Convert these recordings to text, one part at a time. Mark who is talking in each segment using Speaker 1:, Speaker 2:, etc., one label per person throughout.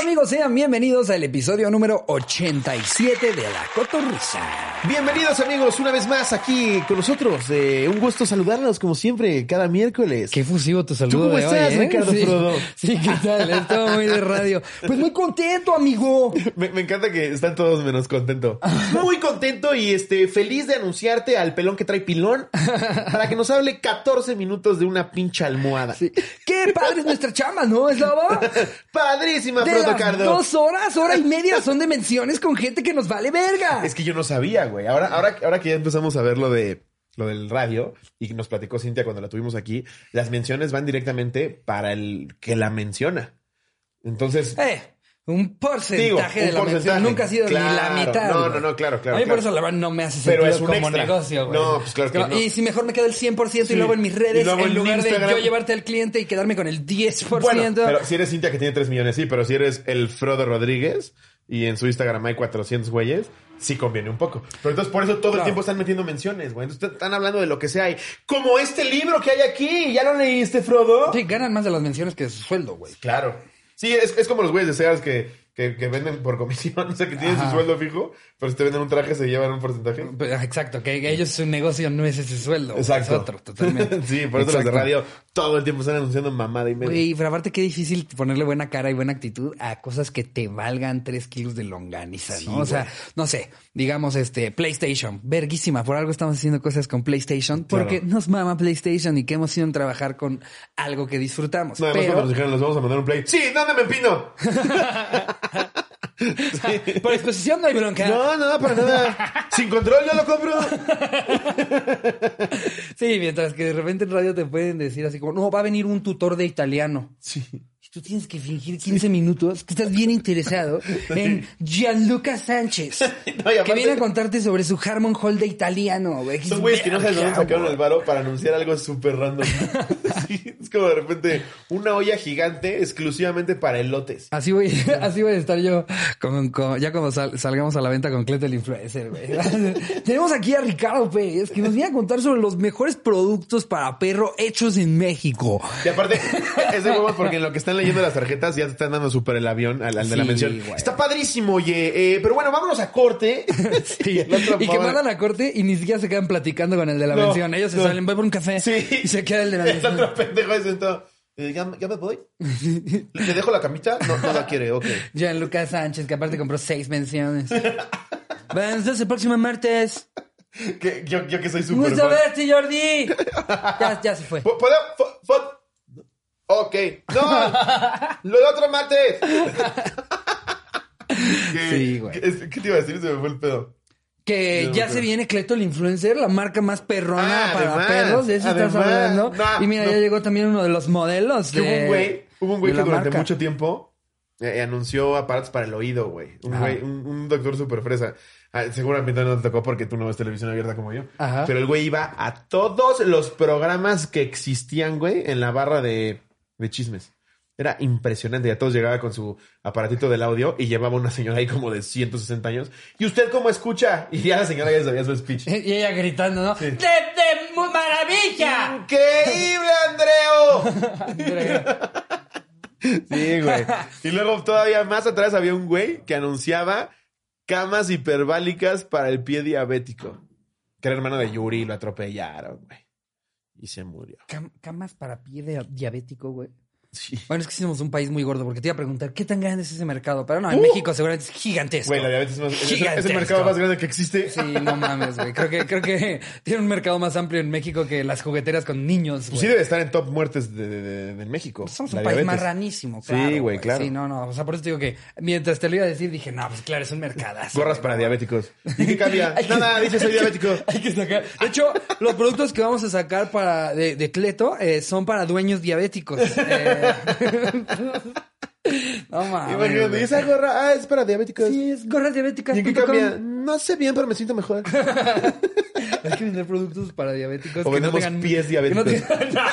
Speaker 1: amigos, sean bienvenidos al episodio número 87 de La Cotorrisa.
Speaker 2: Bienvenidos amigos, una vez más aquí con nosotros. Eh, un gusto saludarlos como siempre, cada miércoles.
Speaker 1: Qué fusivo tu saludo
Speaker 2: ¿Tú cómo
Speaker 1: de hoy,
Speaker 2: estás,
Speaker 1: ¿eh?
Speaker 2: Ricardo
Speaker 1: sí,
Speaker 2: Frodo?
Speaker 1: sí, ¿qué tal? Estaba muy de radio. Pues muy contento, amigo.
Speaker 2: Me, me encanta que están todos menos contento. Muy contento y este feliz de anunciarte al pelón que trae pilón para que nos hable 14 minutos de una pincha almohada.
Speaker 1: Sí. Qué padre es nuestra chamba, ¿no, Eslava?
Speaker 2: Padrísima,
Speaker 1: De
Speaker 2: Proto
Speaker 1: las
Speaker 2: Cardo.
Speaker 1: dos horas, hora y media son de menciones con gente que nos vale verga.
Speaker 2: Es que yo no sabía, güey. Ahora, ahora, ahora que ya empezamos a ver lo de lo del radio y nos platicó Cintia cuando la tuvimos aquí, las menciones van directamente para el que la menciona. Entonces,
Speaker 1: Eh, un porcentaje
Speaker 2: Digo, un
Speaker 1: de la mención
Speaker 2: porcentaje.
Speaker 1: nunca ha sido ni la
Speaker 2: Claro.
Speaker 1: mitad.
Speaker 2: No,
Speaker 1: güey.
Speaker 2: no, no, claro, claro,
Speaker 1: A mí por
Speaker 2: claro.
Speaker 1: eso la verdad no me hace sentido
Speaker 2: Pero es un
Speaker 1: como
Speaker 2: extra.
Speaker 1: negocio, güey.
Speaker 2: No, pues, claro que
Speaker 1: Como,
Speaker 2: no.
Speaker 1: Y si mejor me quedo el 100%
Speaker 2: Sí.
Speaker 1: y luego en mis
Speaker 2: Y
Speaker 1: redes,
Speaker 2: luego
Speaker 1: en
Speaker 2: en
Speaker 1: lugar de
Speaker 2: Instagram.
Speaker 1: yo llevarte al cliente y quedarme con el 10%.
Speaker 2: Bueno, pero si eres Cintia que tiene 3 millones, sí, pero si eres el Frodo Rodríguez y en su Instagram hay 400 güeyes, sí conviene un poco. Pero entonces por eso todo
Speaker 1: Claro.
Speaker 2: el tiempo están metiendo menciones, güey. Entonces están hablando de lo que sea. Y como este libro que hay aquí, ¿ya lo leíste, Frodo?
Speaker 1: Sí, ganan más de las menciones que de su sueldo, güey.
Speaker 2: Claro. Sí, es, es como los güeyes de Sears que, que, que venden por comisión, o sea, que tienen
Speaker 1: Ajá.
Speaker 2: su sueldo fijo, pero si te venden un traje se llevan un porcentaje.
Speaker 1: Pero, Exacto, que ellos su negocio no es ese sueldo. güey,
Speaker 2: Exacto.
Speaker 1: Es otro, totalmente.
Speaker 2: sí, por eso los
Speaker 1: Exacto.
Speaker 2: de radio todo el tiempo están anunciando mamada y media.
Speaker 1: Güey, pero aparte qué difícil ponerle buena cara y buena actitud a cosas que te valgan tres kilos de longaniza, ¿no?
Speaker 2: Sí,
Speaker 1: o sea, no sé, digamos este PlayStation, verguísima, por algo estamos haciendo cosas con PlayStation, porque
Speaker 2: Claro.
Speaker 1: nos mama PlayStation y qué emoción trabajar con algo que disfrutamos.
Speaker 2: No, además cuando
Speaker 1: pero
Speaker 2: nos dijeron, los vamos a mandar un play. Sí, ¿dónde me empino?
Speaker 1: por exposición no hay bronca.
Speaker 2: No, no, para nada. Sin control yo lo compro.
Speaker 1: Sí, mientras que de repente en radio te pueden decir así como, no, va a venir un tutor de italiano.
Speaker 2: Sí.
Speaker 1: Y Tú tienes que fingir 15 minutos que estás bien interesado en Gianluca Sánchez.
Speaker 2: No, y
Speaker 1: que
Speaker 2: aparte-
Speaker 1: viene a contarte sobre su Harmon Hall de italiano, güey.
Speaker 2: Son güeyes que no sabes de dónde
Speaker 1: Verga,
Speaker 2: sacaron
Speaker 1: güey.
Speaker 2: el varo para anunciar algo súper random. Sí, es como de repente una olla gigante exclusivamente para elotes.
Speaker 1: Así voy, así voy a estar yo con- con- ya cuando sal- salgamos a la venta con Cleta el Influencer, güey. Tenemos aquí a Ricardo Pérez que nos viene a contar sobre los mejores productos para perro hechos en México.
Speaker 2: Y aparte, es de huevos porque en lo que están leyendo las tarjetas ya te están dando súper el avión al, al de la
Speaker 1: Sí,
Speaker 2: mención.
Speaker 1: güey.
Speaker 2: Está padrísimo, oye. eh, pero bueno, vámonos a corte.
Speaker 1: Sí,
Speaker 2: La otra
Speaker 1: y que
Speaker 2: pava-
Speaker 1: mandan a corte y ni siquiera se quedan platicando con el de la
Speaker 2: No,
Speaker 1: mención. Ellos se
Speaker 2: no.
Speaker 1: salen, voy por un café
Speaker 2: Sí.
Speaker 1: y se queda el de la
Speaker 2: El
Speaker 1: mención.
Speaker 2: otro pendejo ahí sentado. Eh, ¿Ya, ya me voy? ¿Le dejo la camita? No, no la quiere, ok.
Speaker 1: Gianluca Sánchez, que aparte compró seis menciones. Bueno, nos vemos el próximo martes.
Speaker 2: Que- yo, yo que soy
Speaker 1: Un
Speaker 2: súper
Speaker 1: gusto
Speaker 2: fan.
Speaker 1: verte, Jordi. Ya, ya se fue.
Speaker 2: Po- ¿Puedo? Fo- fo- ok. ¡No! ¡Lo de otro martes! ¿Qué-
Speaker 1: Sí, güey.
Speaker 2: ¿qué, es- qué te iba a decir? Se me fue el pedo.
Speaker 1: Que
Speaker 2: No,
Speaker 1: ya
Speaker 2: no.
Speaker 1: se viene Cleto el Influencer, la marca más perrona
Speaker 2: Ah,
Speaker 1: para
Speaker 2: además,
Speaker 1: perros. De eso estás
Speaker 2: además.
Speaker 1: hablando.
Speaker 2: No,
Speaker 1: y mira, ya
Speaker 2: no.
Speaker 1: llegó también uno de los modelos.
Speaker 2: Que
Speaker 1: de,
Speaker 2: hubo un güey, hubo un güey
Speaker 1: de
Speaker 2: que
Speaker 1: la
Speaker 2: durante
Speaker 1: marca.
Speaker 2: mucho tiempo eh, anunció aparatos para el oído, güey. Un,
Speaker 1: Ajá.
Speaker 2: güey, un, un doctor súper fresa. Ah, seguramente no te tocó porque tú no ves televisión abierta como yo.
Speaker 1: Ajá.
Speaker 2: Pero el güey iba a todos los programas que existían, güey, en la barra de, de chismes. Era impresionante. Ya todos llegaba con su aparatito del audio y llevaba una señora ahí como de 160 años. ¿Y usted cómo escucha? Y ya la señora ya sabía su speech.
Speaker 1: Y ella gritando, ¿no? ¡De, de mu- maravilla!
Speaker 2: ¡Increíble, Andreo! Sí, güey. Y luego todavía más atrás había un güey que anunciaba camas hiperbálicas para el pie diabético. Que era hermano de Yuri, lo atropellaron, güey. Y se murió.
Speaker 1: Cam- Camas para pie de- diabético, güey.
Speaker 2: Sí.
Speaker 1: Bueno, es que somos un país muy gordo, porque te iba a preguntar, ¿qué tan grande es ese mercado? Pero no, en
Speaker 2: Uh.
Speaker 1: México seguramente es gigantesco.
Speaker 2: Güey, la diabetes es, más, es- es el
Speaker 1: Gigantesco.
Speaker 2: mercado más grande que existe.
Speaker 1: Sí, no mames, güey. Creo que, creo que tiene un mercado más amplio en México que las jugueteras con niños,
Speaker 2: Pues
Speaker 1: güey. Pues
Speaker 2: sí debe estar en top muertes de, de- de- de México.
Speaker 1: Somos
Speaker 2: la
Speaker 1: un país
Speaker 2: diabetes.
Speaker 1: marranísimo,
Speaker 2: Sí,
Speaker 1: claro.
Speaker 2: güey, claro.
Speaker 1: Sí, no, no. O sea, por eso te digo que mientras te lo iba a decir, dije, no, pues claro, es un mercadazo.
Speaker 2: Gorras
Speaker 1: güey.
Speaker 2: para diabéticos. ¿Y qué cambia?
Speaker 1: Hay que-
Speaker 2: Nada, dice soy
Speaker 1: hay que-
Speaker 2: diabético.
Speaker 1: Hay que sacar. De hecho, los productos que vamos a sacar para de, de Cleto eh, son para dueños diabéticos. Eh, no mames.
Speaker 2: Imagínate,
Speaker 1: güey.
Speaker 2: ¿y esa gorra, ah, es para diabéticos.
Speaker 1: Sí, es gorrasdiabéticas.com.
Speaker 2: ¿Y en qué cambia? No sé bien, pero me siento mejor.
Speaker 1: Hay que vender productos para diabéticos.
Speaker 2: O
Speaker 1: que no
Speaker 2: vendemos
Speaker 1: tengan,
Speaker 2: pies
Speaker 1: que no
Speaker 2: diabéticos.
Speaker 1: tengan-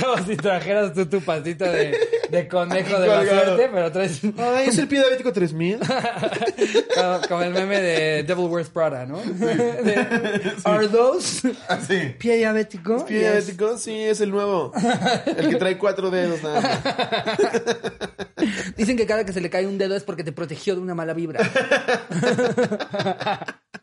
Speaker 1: Como si trajeras tú tu pastita de, de conejo de la
Speaker 2: Colgado.
Speaker 1: suerte, pero traes
Speaker 2: Ay, es el pie diabético 3000.
Speaker 1: como, como el meme de Devil Wears Prada, ¿no? De, Are those
Speaker 2: Así.
Speaker 1: pie diabético?
Speaker 2: Pie
Speaker 1: Y es-
Speaker 2: diabético, sí, es el nuevo. El que trae cuatro dedos nada más.
Speaker 1: Dicen que cada que se le cae un dedo es porque te protegió de una mala vibra.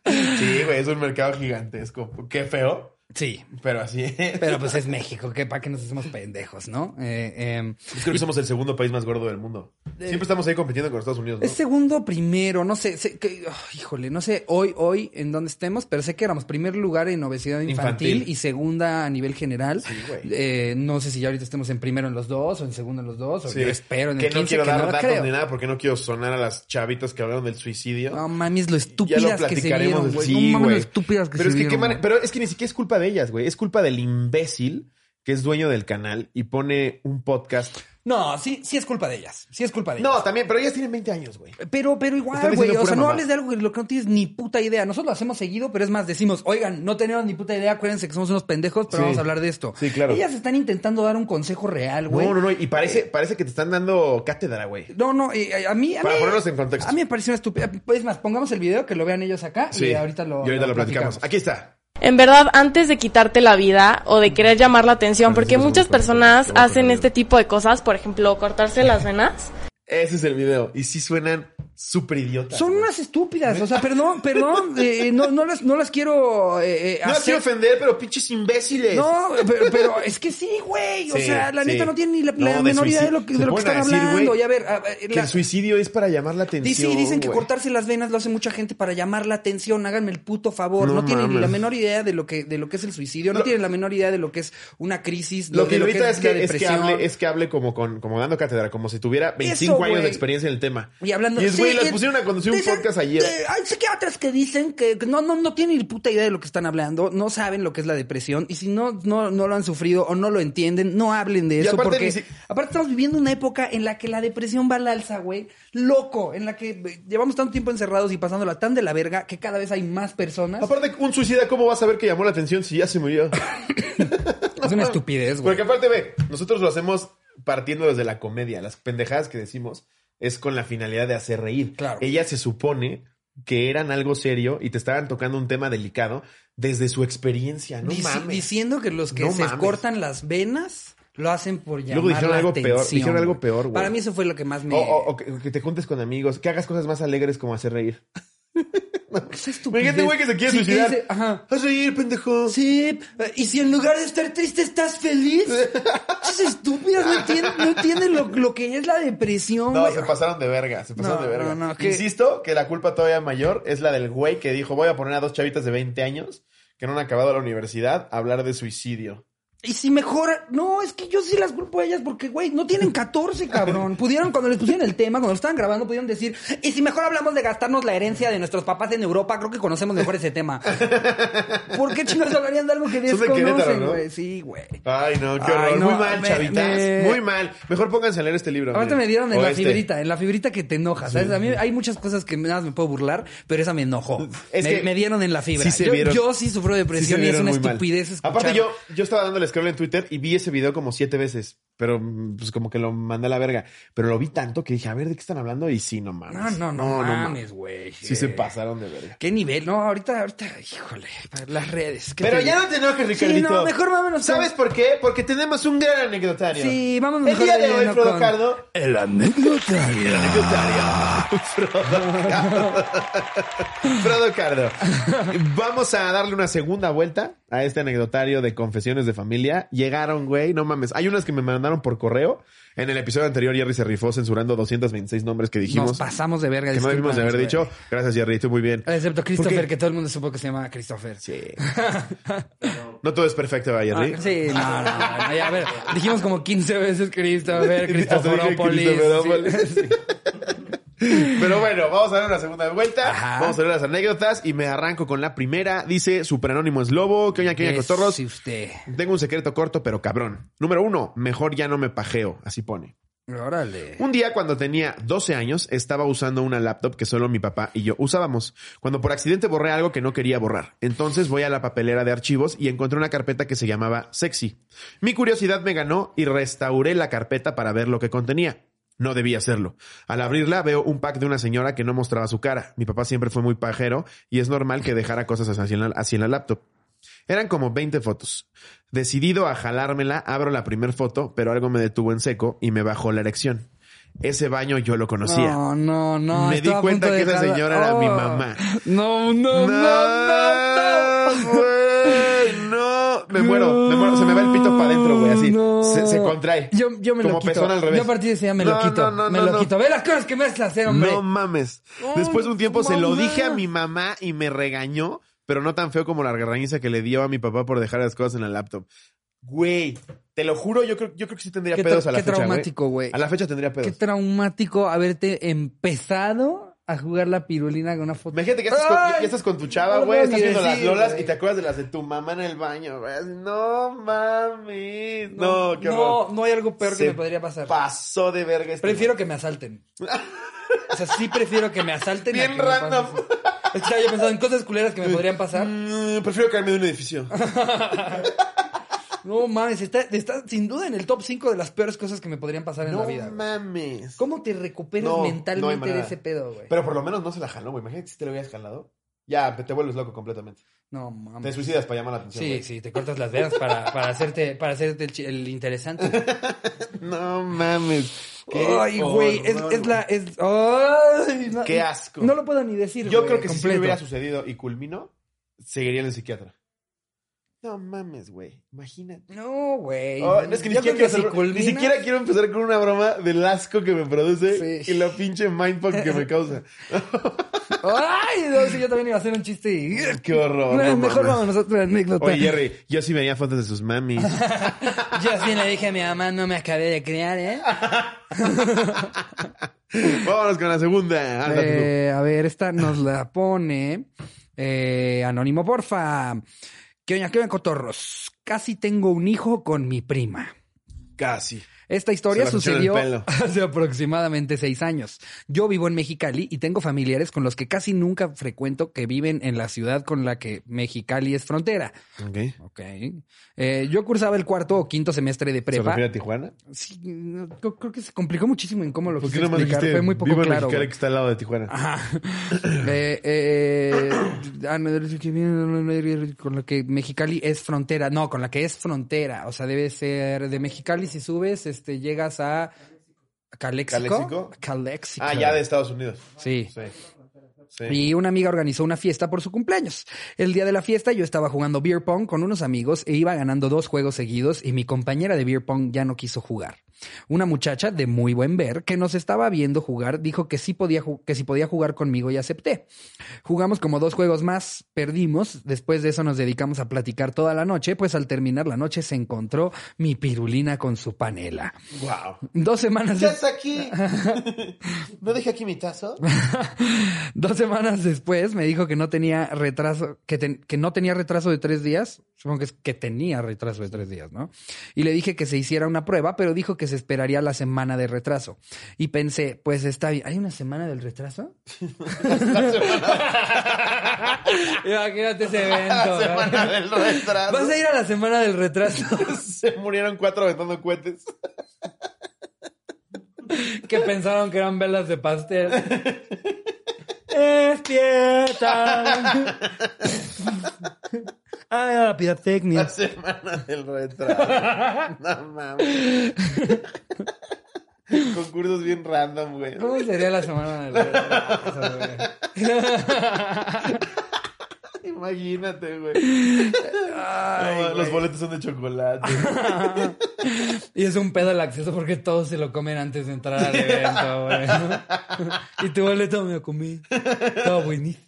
Speaker 2: Sí, güey, es un mercado gigantesco. Qué feo,
Speaker 1: Sí.
Speaker 2: pero así es.
Speaker 1: Pero pues es México, que para que nos hacemos pendejos, ¿no? Eh, eh,
Speaker 2: Creo que somos el segundo país más gordo del mundo. Siempre estamos ahí compitiendo con Estados Unidos, ¿no?
Speaker 1: es segundo primero, no sé, sé que, oh, híjole, no sé hoy, hoy en dónde estemos, pero sé que éramos primer lugar en obesidad infantil,
Speaker 2: Infantil.
Speaker 1: y segunda a nivel general.
Speaker 2: Sí, güey.
Speaker 1: Eh, no sé si ya ahorita estemos en primero en los dos o en segundo en los dos, o
Speaker 2: Sí.
Speaker 1: yo espero en
Speaker 2: que
Speaker 1: el 15,
Speaker 2: no quiero
Speaker 1: que
Speaker 2: dar
Speaker 1: no la
Speaker 2: datos
Speaker 1: creo.
Speaker 2: ni nada porque no quiero sonar a las chavitas que hablaron del suicidio.
Speaker 1: No mames, lo estúpidas que se vieron, güey.
Speaker 2: Sí,
Speaker 1: no mames,
Speaker 2: güey.
Speaker 1: lo estúpidas que
Speaker 2: pero
Speaker 1: se
Speaker 2: es que qué
Speaker 1: vieron.
Speaker 2: mane-
Speaker 1: güey.
Speaker 2: Pero es que ni siquiera es culpa de ellas, güey. Es culpa del imbécil que es dueño del canal y pone un podcast.
Speaker 1: No, sí, sí es culpa de ellas. Sí es culpa de ellas.
Speaker 2: No, también, pero ellas tienen 20 años, güey.
Speaker 1: Pero, pero
Speaker 2: Están
Speaker 1: igual,
Speaker 2: diciendo
Speaker 1: güey. O
Speaker 2: pura
Speaker 1: sea, no
Speaker 2: mamá.
Speaker 1: hables de algo de lo que no tienes ni puta idea. Nosotros lo hacemos seguido, pero es más, decimos, oigan, no tenemos ni puta idea, acuérdense que somos unos pendejos, pero
Speaker 2: Sí.
Speaker 1: vamos a hablar de esto.
Speaker 2: Sí, claro.
Speaker 1: Ellas están intentando dar un consejo real, güey.
Speaker 2: No, no, no. Y parece, parece que te están dando cátedra, güey.
Speaker 1: No, no, eh, a mí. A
Speaker 2: Para
Speaker 1: mí,
Speaker 2: ponernos en contexto.
Speaker 1: A mí me pareció una estupidez. Es más, pongamos el video que lo vean ellos acá y ahorita lo.
Speaker 2: y ahorita lo platicamos. Aquí está.
Speaker 3: En verdad, antes de quitarte la vida o de querer llamar la atención, porque muchas personas hacen este tipo de cosas, por ejemplo, cortarse las venas.
Speaker 2: Ese es el video. Y sí suenan súper idiotas.
Speaker 1: Son
Speaker 2: güey.
Speaker 1: unas estúpidas. O sea, perdón, perdón. eh, no, no, las, no las quiero. eh, eh,
Speaker 2: No las
Speaker 1: hacer-
Speaker 2: quiero ofender, pero pinches imbéciles.
Speaker 1: No, pero, pero es que sí, güey. O
Speaker 2: Sí,
Speaker 1: sea, la
Speaker 2: sí.
Speaker 1: neta no tiene ni la, la
Speaker 2: No, de
Speaker 1: menor idea de
Speaker 2: suicid-
Speaker 1: lo que,
Speaker 2: se
Speaker 1: de lo que están
Speaker 2: ponen a decir,
Speaker 1: hablando.
Speaker 2: güey,
Speaker 1: Y a ver, a- a-
Speaker 2: Que
Speaker 1: la-
Speaker 2: el suicidio es para llamar la
Speaker 1: Dice-
Speaker 2: atención.
Speaker 1: dicen que
Speaker 2: güey.
Speaker 1: cortarse las venas lo hace mucha gente para llamar la atención. Háganme el puto favor. No,
Speaker 2: No
Speaker 1: tienen ni
Speaker 2: mames.
Speaker 1: la menor idea de lo que de lo que es el suicidio. No
Speaker 2: Lo-
Speaker 1: tienen la menor idea de lo que es una crisis.
Speaker 2: Lo que
Speaker 1: de
Speaker 2: evita es
Speaker 1: la
Speaker 2: que, es que
Speaker 1: depresión.
Speaker 2: hable, es que hable como, con, como dando cátedra, como si tuviera 25
Speaker 1: Eso,
Speaker 2: años
Speaker 1: güey.
Speaker 2: de experiencia en el tema.
Speaker 1: Y hablando
Speaker 2: Y es, güey,
Speaker 1: Sí,
Speaker 2: las
Speaker 1: eh,
Speaker 2: pusieron a conducir un
Speaker 1: dicen-
Speaker 2: podcast ayer.
Speaker 1: eh, hay psiquiatras que dicen que que no, no, no tienen ni puta idea de lo que están hablando, no saben lo que es la depresión, y si no, no, no lo han sufrido o no lo entienden, no hablen de
Speaker 2: Y
Speaker 1: eso.
Speaker 2: aparte
Speaker 1: porque
Speaker 2: ni si-
Speaker 1: aparte estamos viviendo una época en la que la depresión va al alza, güey. Loco, en la que eh, llevamos tanto tiempo encerrados y pasándola tan de la verga que cada vez hay más personas.
Speaker 2: Aparte, un suicida, ¿cómo vas a ver que llamó la atención si ya se murió?
Speaker 1: Es una estupidez, güey.
Speaker 2: Porque aparte, ve, nosotros lo hacemos partiendo desde la comedia. Las pendejadas que decimos es con la finalidad de hacer reír.
Speaker 1: Claro.
Speaker 2: Ella se supone que eran algo serio y te estaban tocando un tema delicado desde su experiencia. No
Speaker 1: Dici-
Speaker 2: mames.
Speaker 1: Diciendo que los que
Speaker 2: No
Speaker 1: se
Speaker 2: mames.
Speaker 1: cortan las venas lo hacen por llamar
Speaker 2: Luego dijeron
Speaker 1: la
Speaker 2: algo peor,
Speaker 1: atención.
Speaker 2: dijeron algo
Speaker 1: güey.
Speaker 2: peor, güey.
Speaker 1: Para mí eso fue lo que más me...
Speaker 2: O, o- o que, que te juntes con amigos, que hagas cosas más alegres como hacer reír.
Speaker 1: Esa estupidez.
Speaker 2: Imagínate, güey, que se quiere
Speaker 1: Sí, que
Speaker 2: suicidar.
Speaker 1: dice, ajá.
Speaker 2: Haz reír, pendejo.
Speaker 1: Sí, eh, y si en lugar de estar triste estás feliz. Esas estúpidas no entienden, no entienden lo, lo que es la depresión.
Speaker 2: No,
Speaker 1: güey.
Speaker 2: se pasaron de verga, se pasaron
Speaker 1: No,
Speaker 2: de verga.
Speaker 1: no, no, que-
Speaker 2: Insisto que la culpa todavía mayor es la del güey que dijo, voy a poner a dos chavitas de 20 años que no han acabado la universidad a hablar de suicidio.
Speaker 1: Y si mejora, no, es que yo sí las culpo a ellas porque, güey, no tienen 14, cabrón. Pudieron, cuando les pusieron el tema, cuando lo estaban grabando, pudieron decir, y si mejor hablamos de gastarnos la herencia de nuestros papás en Europa, creo que conocemos mejor ese tema. ¿Por qué chingados hablarían de algo que
Speaker 2: Son de Querétaro,
Speaker 1: desconocen,
Speaker 2: ¿no?
Speaker 1: güey? Sí, güey.
Speaker 2: Ay, no, qué horror.
Speaker 1: Ay, no,
Speaker 2: Muy mal,
Speaker 1: me-
Speaker 2: chavitas.
Speaker 1: me-
Speaker 2: Muy mal. Mejor pónganse a leer este libro.
Speaker 1: Ahorita
Speaker 2: miren.
Speaker 1: me dieron en
Speaker 2: O
Speaker 1: la
Speaker 2: este.
Speaker 1: fibrita, en la fibrita que te enoja, ¿sabes? A mí hay muchas cosas que nada más me puedo burlar, pero esa me enojó.
Speaker 2: Es
Speaker 1: me,
Speaker 2: que
Speaker 1: me dieron en la fibra.
Speaker 2: sí se
Speaker 1: yo,
Speaker 2: vieron-
Speaker 1: yo sí sufro
Speaker 2: Sí, se
Speaker 1: depresión y es
Speaker 2: vieron
Speaker 1: una
Speaker 2: muy mal.
Speaker 1: estupidez escuchar.
Speaker 2: Aparte, yo, yo estaba dándole scroll en Twitter y vi ese video como siete veces. Pero, mm, pues, como que lo mandé a la verga. Pero lo vi tanto que dije, a ver, ¿de qué están hablando? Y sí, no mames.
Speaker 1: No, no, no, mames, güey.
Speaker 2: Sí se pasaron de verga.
Speaker 1: ¿Qué nivel? No, ahorita, ahorita, híjole, para las redes. ¿qué
Speaker 2: Pero
Speaker 1: te
Speaker 2: ya
Speaker 1: digo?
Speaker 2: no te enojes,
Speaker 1: Sí,
Speaker 2: Ricardito.
Speaker 1: no, mejor vámonos con-
Speaker 2: ¿Sabes por qué? Porque tenemos un gran anecdotario.
Speaker 1: Sí, vámonos
Speaker 2: El
Speaker 1: mejor
Speaker 2: día
Speaker 1: de
Speaker 2: de hoy,
Speaker 1: lleno
Speaker 2: Frodo
Speaker 1: con-
Speaker 2: Cardo.
Speaker 4: El anecdotario.
Speaker 2: Frodo Cardo. Vamos a darle una segunda vuelta a este anecdotario de confesiones de familia. Llegaron, güey, no mames. Hay unas que me mandaron por correo. En el episodio anterior, Jerry se rifó censurando 226 nombres que dijimos.
Speaker 1: Nos pasamos de verga.
Speaker 2: que no debimos de haber
Speaker 1: discúlpanos,
Speaker 2: dicho. Gracias, Jerry, tú muy bien.
Speaker 1: güey. Excepto Christopher,
Speaker 2: Porque-
Speaker 1: que todo el mundo supo que se llama Christopher.
Speaker 2: Sí. No todo es perfecto, ¿verdad,
Speaker 1: Ah,
Speaker 2: Jerry?
Speaker 1: Sí, no, no, no, ya, a ver, dijimos como 15 veces Christopher,
Speaker 2: Hasta dije
Speaker 1: Christopheropolis.
Speaker 2: Cristoforópolis.
Speaker 1: sí.
Speaker 2: Pero bueno, vamos a dar una segunda vuelta.
Speaker 1: Ajá.
Speaker 2: Vamos a ver las anécdotas y me arranco con la primera. Dice, superanónimo es lobo, que oña, que oña, cotorros.
Speaker 1: Sí, usted.
Speaker 2: Tengo un secreto corto, pero cabrón. Número uno, mejor ya no me pajeo. Así pone.
Speaker 1: Órale.
Speaker 2: Un día cuando tenía 12 años estaba usando una laptop que solo mi papá y yo usábamos, cuando por accidente borré algo que no quería borrar. Entonces voy a la papelera de archivos y encontré una carpeta que se llamaba Sexy. Mi curiosidad me ganó y restauré la carpeta para ver lo que contenía. No debía hacerlo. Al abrirla veo un pack de una señora que no mostraba su cara. Mi papá siempre fue muy pajero y es normal que dejara cosas así en la, así en la laptop. Eran como 20 fotos. Decidido a jalármela, abro la primera foto, pero algo me detuvo en seco y me bajó la erección. Ese baño yo lo conocía.
Speaker 1: No, no, no.
Speaker 2: me di
Speaker 1: estaba a
Speaker 2: cuenta
Speaker 1: punto
Speaker 2: que
Speaker 1: de
Speaker 2: esa
Speaker 1: dejarla.
Speaker 2: señora era
Speaker 1: Oh.
Speaker 2: mi mamá.
Speaker 1: No, no, no, no, no.
Speaker 2: güey, no. Me muero, me muero. Se me va el pito para adentro, güey, así.
Speaker 1: No.
Speaker 2: Se, se contrae.
Speaker 1: Yo, yo me
Speaker 2: Como
Speaker 1: lo quito.
Speaker 2: pezón al revés.
Speaker 1: Yo a partir de ese día me lo
Speaker 2: No,
Speaker 1: quito.
Speaker 2: no, no,
Speaker 1: me
Speaker 2: no,
Speaker 1: lo
Speaker 2: no.
Speaker 1: quito. Ve las cosas que me haces hacer, hombre.
Speaker 2: No mames.
Speaker 3: Ay,
Speaker 2: Después de un tiempo se lo
Speaker 3: mamá.
Speaker 2: dije a mi mamá y me regañó, pero no tan feo como la regañiza que le dio a mi papá por dejar las cosas en la laptop. Güey, te lo juro, yo creo, yo creo que sí tendría
Speaker 1: Qué
Speaker 2: pedos
Speaker 1: tra-
Speaker 2: a la
Speaker 1: qué
Speaker 2: fecha.
Speaker 1: traumático, güey.
Speaker 2: A la fecha tendría pedos.
Speaker 1: Qué traumático haberte empezado a jugar la pirulina con una foto.
Speaker 2: Imagínate que ya estás, con,
Speaker 1: Ay,
Speaker 2: ya estás con tu
Speaker 1: no
Speaker 2: chava,
Speaker 1: lo
Speaker 2: güey,
Speaker 1: puedo
Speaker 2: estás
Speaker 1: ni
Speaker 2: viendo las
Speaker 1: decir,
Speaker 2: lolas
Speaker 1: güey.
Speaker 2: y te acuerdas de las de tu mamá en el baño, güey. No mames. No,
Speaker 1: No,
Speaker 2: qué
Speaker 1: no,
Speaker 2: horror.
Speaker 1: no hay algo peor que
Speaker 2: Se
Speaker 1: me podría pasar.
Speaker 2: Pasó de verga este
Speaker 1: Prefiero que me asalten. O sea, sí prefiero que me asalten. a
Speaker 2: Bien
Speaker 1: que me
Speaker 2: random.
Speaker 1: pase eso. Es que estaba yo pensando en cosas culeras que me podrían pasar.
Speaker 2: Mm, prefiero caerme de un edificio.
Speaker 1: No mames, está, está sin duda en el top 5 de las peores cosas que me podrían pasar en
Speaker 2: no
Speaker 1: la vida. güey.
Speaker 2: mames.
Speaker 1: ¿Cómo te recuperas
Speaker 2: No, no hay
Speaker 1: mentalmente de
Speaker 2: manera.
Speaker 1: ese pedo, güey?
Speaker 2: Pero por lo menos no se la jaló, güey. Imagínate si te lo hubieras jalado. Ya, te vuelves loco completamente.
Speaker 1: No
Speaker 2: Te
Speaker 1: mames.
Speaker 2: suicidas para llamar la atención.
Speaker 1: Sí,
Speaker 2: güey.
Speaker 1: sí, te cortas las venas para, para hacerte, para hacerte el, chi- el interesante.
Speaker 2: No mames. Qué
Speaker 1: Ay, güey, es,
Speaker 2: horror,
Speaker 1: es la... Es, ay, no-
Speaker 2: Qué asco.
Speaker 1: No lo puedo ni decir,
Speaker 2: Yo
Speaker 1: güey,
Speaker 2: creo que si sí me
Speaker 1: completo.
Speaker 2: hubiera sucedido y culminó, seguiría en el psiquiatra. No mames, güey. Imagínate.
Speaker 1: No, güey.
Speaker 2: Oh, es que ni
Speaker 1: Yo creo
Speaker 2: siquiera, quiero
Speaker 1: si
Speaker 2: hacer- ni
Speaker 1: culminas-
Speaker 2: siquiera quiero empezar con una broma del asco que me produce
Speaker 1: Sí.
Speaker 2: y la pinche mindfuck que me causa.
Speaker 1: Ay, no, sí, yo también iba a hacer un chiste y...
Speaker 2: Qué horror.
Speaker 1: No,
Speaker 2: no
Speaker 1: mejor
Speaker 2: mames.
Speaker 1: vámonos a otra anécdota.
Speaker 2: Oye, Jerry, yo sí veía fotos de sus mamis.
Speaker 1: Yo así le dije a mi mamá, no me acabé de criar, ¿eh?
Speaker 2: Vámonos con la segunda. Anda tú.
Speaker 1: Eh, a ver, esta nos la pone eh, Anónimo, porfa. ¿Qué oña, qué oña, cotorros? Casi tengo un hijo con mi prima.
Speaker 2: Casi.
Speaker 1: Esta historia
Speaker 2: Se la pusieron
Speaker 1: sucedió
Speaker 2: el pelo.
Speaker 1: hace aproximadamente seis años. Yo vivo en Mexicali y tengo familiares con los que casi nunca frecuento que viven en la ciudad con la que Mexicali es frontera.
Speaker 2: Ok.
Speaker 1: Ok. Eh, yo cursaba el cuarto o quinto semestre de
Speaker 2: ¿Se
Speaker 1: prepa. Pues
Speaker 2: refiere a Tijuana?
Speaker 1: Sí, no, yo creo que se complicó muchísimo en cómo lo
Speaker 2: ¿Por
Speaker 1: quise
Speaker 2: qué no me
Speaker 1: explicar.
Speaker 2: dijiste
Speaker 1: Fue muy poco
Speaker 2: vivo en
Speaker 1: claro.
Speaker 2: Mexicali,
Speaker 1: güey. Ah,
Speaker 2: que está al lado de Tijuana?
Speaker 1: Ajá. Eh, eh, ah, no, con la que Mexicali es frontera. No, con la que es frontera. O sea, debe ser de Mexicali si subes, este, llegas a Calexico.
Speaker 2: ¿Calexico?
Speaker 1: Calexico.
Speaker 2: Ah, ya de Estados Unidos.
Speaker 1: Sí.
Speaker 2: Sí. Sí.
Speaker 1: Y una amiga organizó una fiesta por su cumpleaños. El día de la fiesta yo estaba jugando beer pong con unos amigos e iba ganando dos juegos seguidos y mi compañera de beer pong ya no quiso jugar. Una muchacha de muy buen ver que nos estaba viendo jugar dijo que sí podía ju- que si podía jugar conmigo y acepté. Jugamos como dos juegos más, perdimos, después de eso nos dedicamos a platicar toda la noche, pues al terminar la noche se encontró mi pirulina con su panela.
Speaker 2: Wow.
Speaker 1: Dos semanas
Speaker 2: ¿Estás aquí? ¿No dejé aquí mi tazo?
Speaker 1: Dos semanas después me dijo que no tenía retraso, que, ten- que no tenía retraso de tres días. Supongo que es que tenía retraso de tres días, ¿no? Y le dije que se hiciera una prueba, pero dijo que se esperaría la semana de retraso. Y pensé, pues está bien. ¿Hay una semana del retraso? Imagínate ese evento.
Speaker 2: La semana
Speaker 1: ¿verdad?
Speaker 2: del retraso.
Speaker 1: Vas a ir a la semana del retraso.
Speaker 2: Se murieron cuatro aventando cohetes.
Speaker 1: que pensaron que eran velas de pastel. ¡Despierta! ¡Ay, a Ah, la pirotecnia!
Speaker 2: La semana del retraso. No mames. Concursos bien random, güey.
Speaker 1: ¿Cómo sería la semana del retraso, güey?
Speaker 2: Imagínate, güey.
Speaker 1: Ay,
Speaker 2: No, los
Speaker 1: güey.
Speaker 2: boletos son de chocolate.
Speaker 1: Y es un pedo el acceso porque todos se lo comen antes de entrar al evento, güey. Y tu boleto me lo comí. Estaba buenísimo.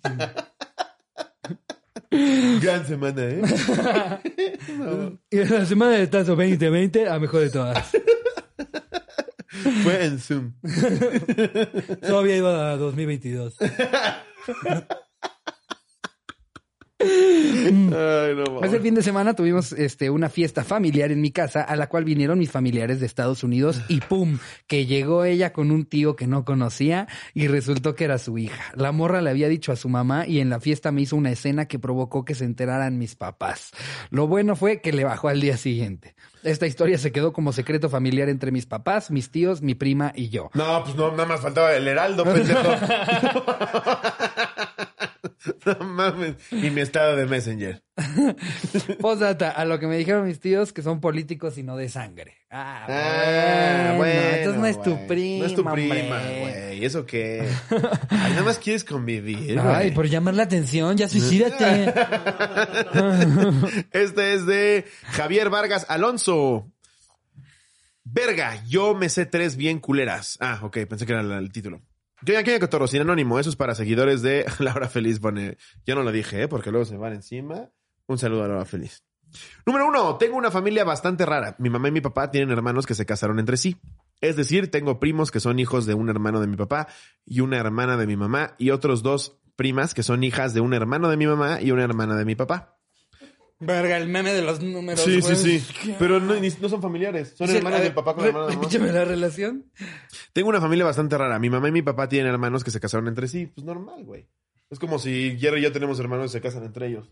Speaker 2: Gran semana, ¿eh?
Speaker 1: Y en la semana del tazo 2020, a mejor de todas.
Speaker 2: Fue en Zoom.
Speaker 1: Todavía iba a 2022.
Speaker 2: Ay, no,
Speaker 1: Hace
Speaker 2: mames.
Speaker 1: fin de semana tuvimos este, una fiesta familiar en mi casa a la cual vinieron mis familiares de Estados Unidos y pum, que llegó ella con un tío que no conocía y resultó que era su hija. La morra le había dicho a su mamá y en la fiesta me hizo una escena que provocó que se enteraran mis papás. Lo bueno fue que le bajó al día siguiente. Esta historia se quedó como secreto familiar entre mis papás, mis tíos, mi prima y yo.
Speaker 2: No, pues no, nada más faltaba el heraldo, pendejo. no mames. Y mi estado de Messenger.
Speaker 1: Postdata, a lo que me dijeron mis tíos que son políticos y no de sangre. Ah, bueno,
Speaker 2: Ah, bueno,
Speaker 1: entonces no es tu
Speaker 2: güey.
Speaker 1: prima.
Speaker 2: No es tu prima,
Speaker 1: hombre.
Speaker 2: güey. ¿Eso qué? Ay, nada más quieres convivir.
Speaker 1: Ay,
Speaker 2: güey.
Speaker 1: por llamar la atención, ya suicídate.
Speaker 2: Este es de Javier Vargas Alonso. Verga, yo me sé tres bien culeras. Ah, ok, pensé que era el, el título. Yo ya quiero cotorro sin anónimo. Eso es para seguidores de Laura Feliz. Pone, yo no lo dije, ¿eh? porque luego se van encima. Un saludo a Laura Feliz. Número uno, tengo una familia bastante rara. Mi mamá y mi papá tienen hermanos que se casaron entre sí. Es decir, tengo primos que son hijos de un hermano de mi papá y una hermana de mi mamá y otros dos primas que son hijas de un hermano de mi mamá y una hermana de mi papá.
Speaker 1: Verga, el meme de los números.
Speaker 2: Sí,
Speaker 1: güey.
Speaker 2: sí, sí. Pero no, ni- no son familiares. Son
Speaker 1: Sí,
Speaker 2: hermanos
Speaker 1: a
Speaker 2: de
Speaker 1: ver,
Speaker 2: papá con
Speaker 1: re-
Speaker 2: hermanos de mamá.
Speaker 1: Repíteme la relación.
Speaker 2: Tengo una familia bastante rara. Mi mamá y mi papá tienen hermanos que se casaron entre sí. Pues normal, güey. Es como si Jerry y yo tenemos hermanos que se casan entre ellos.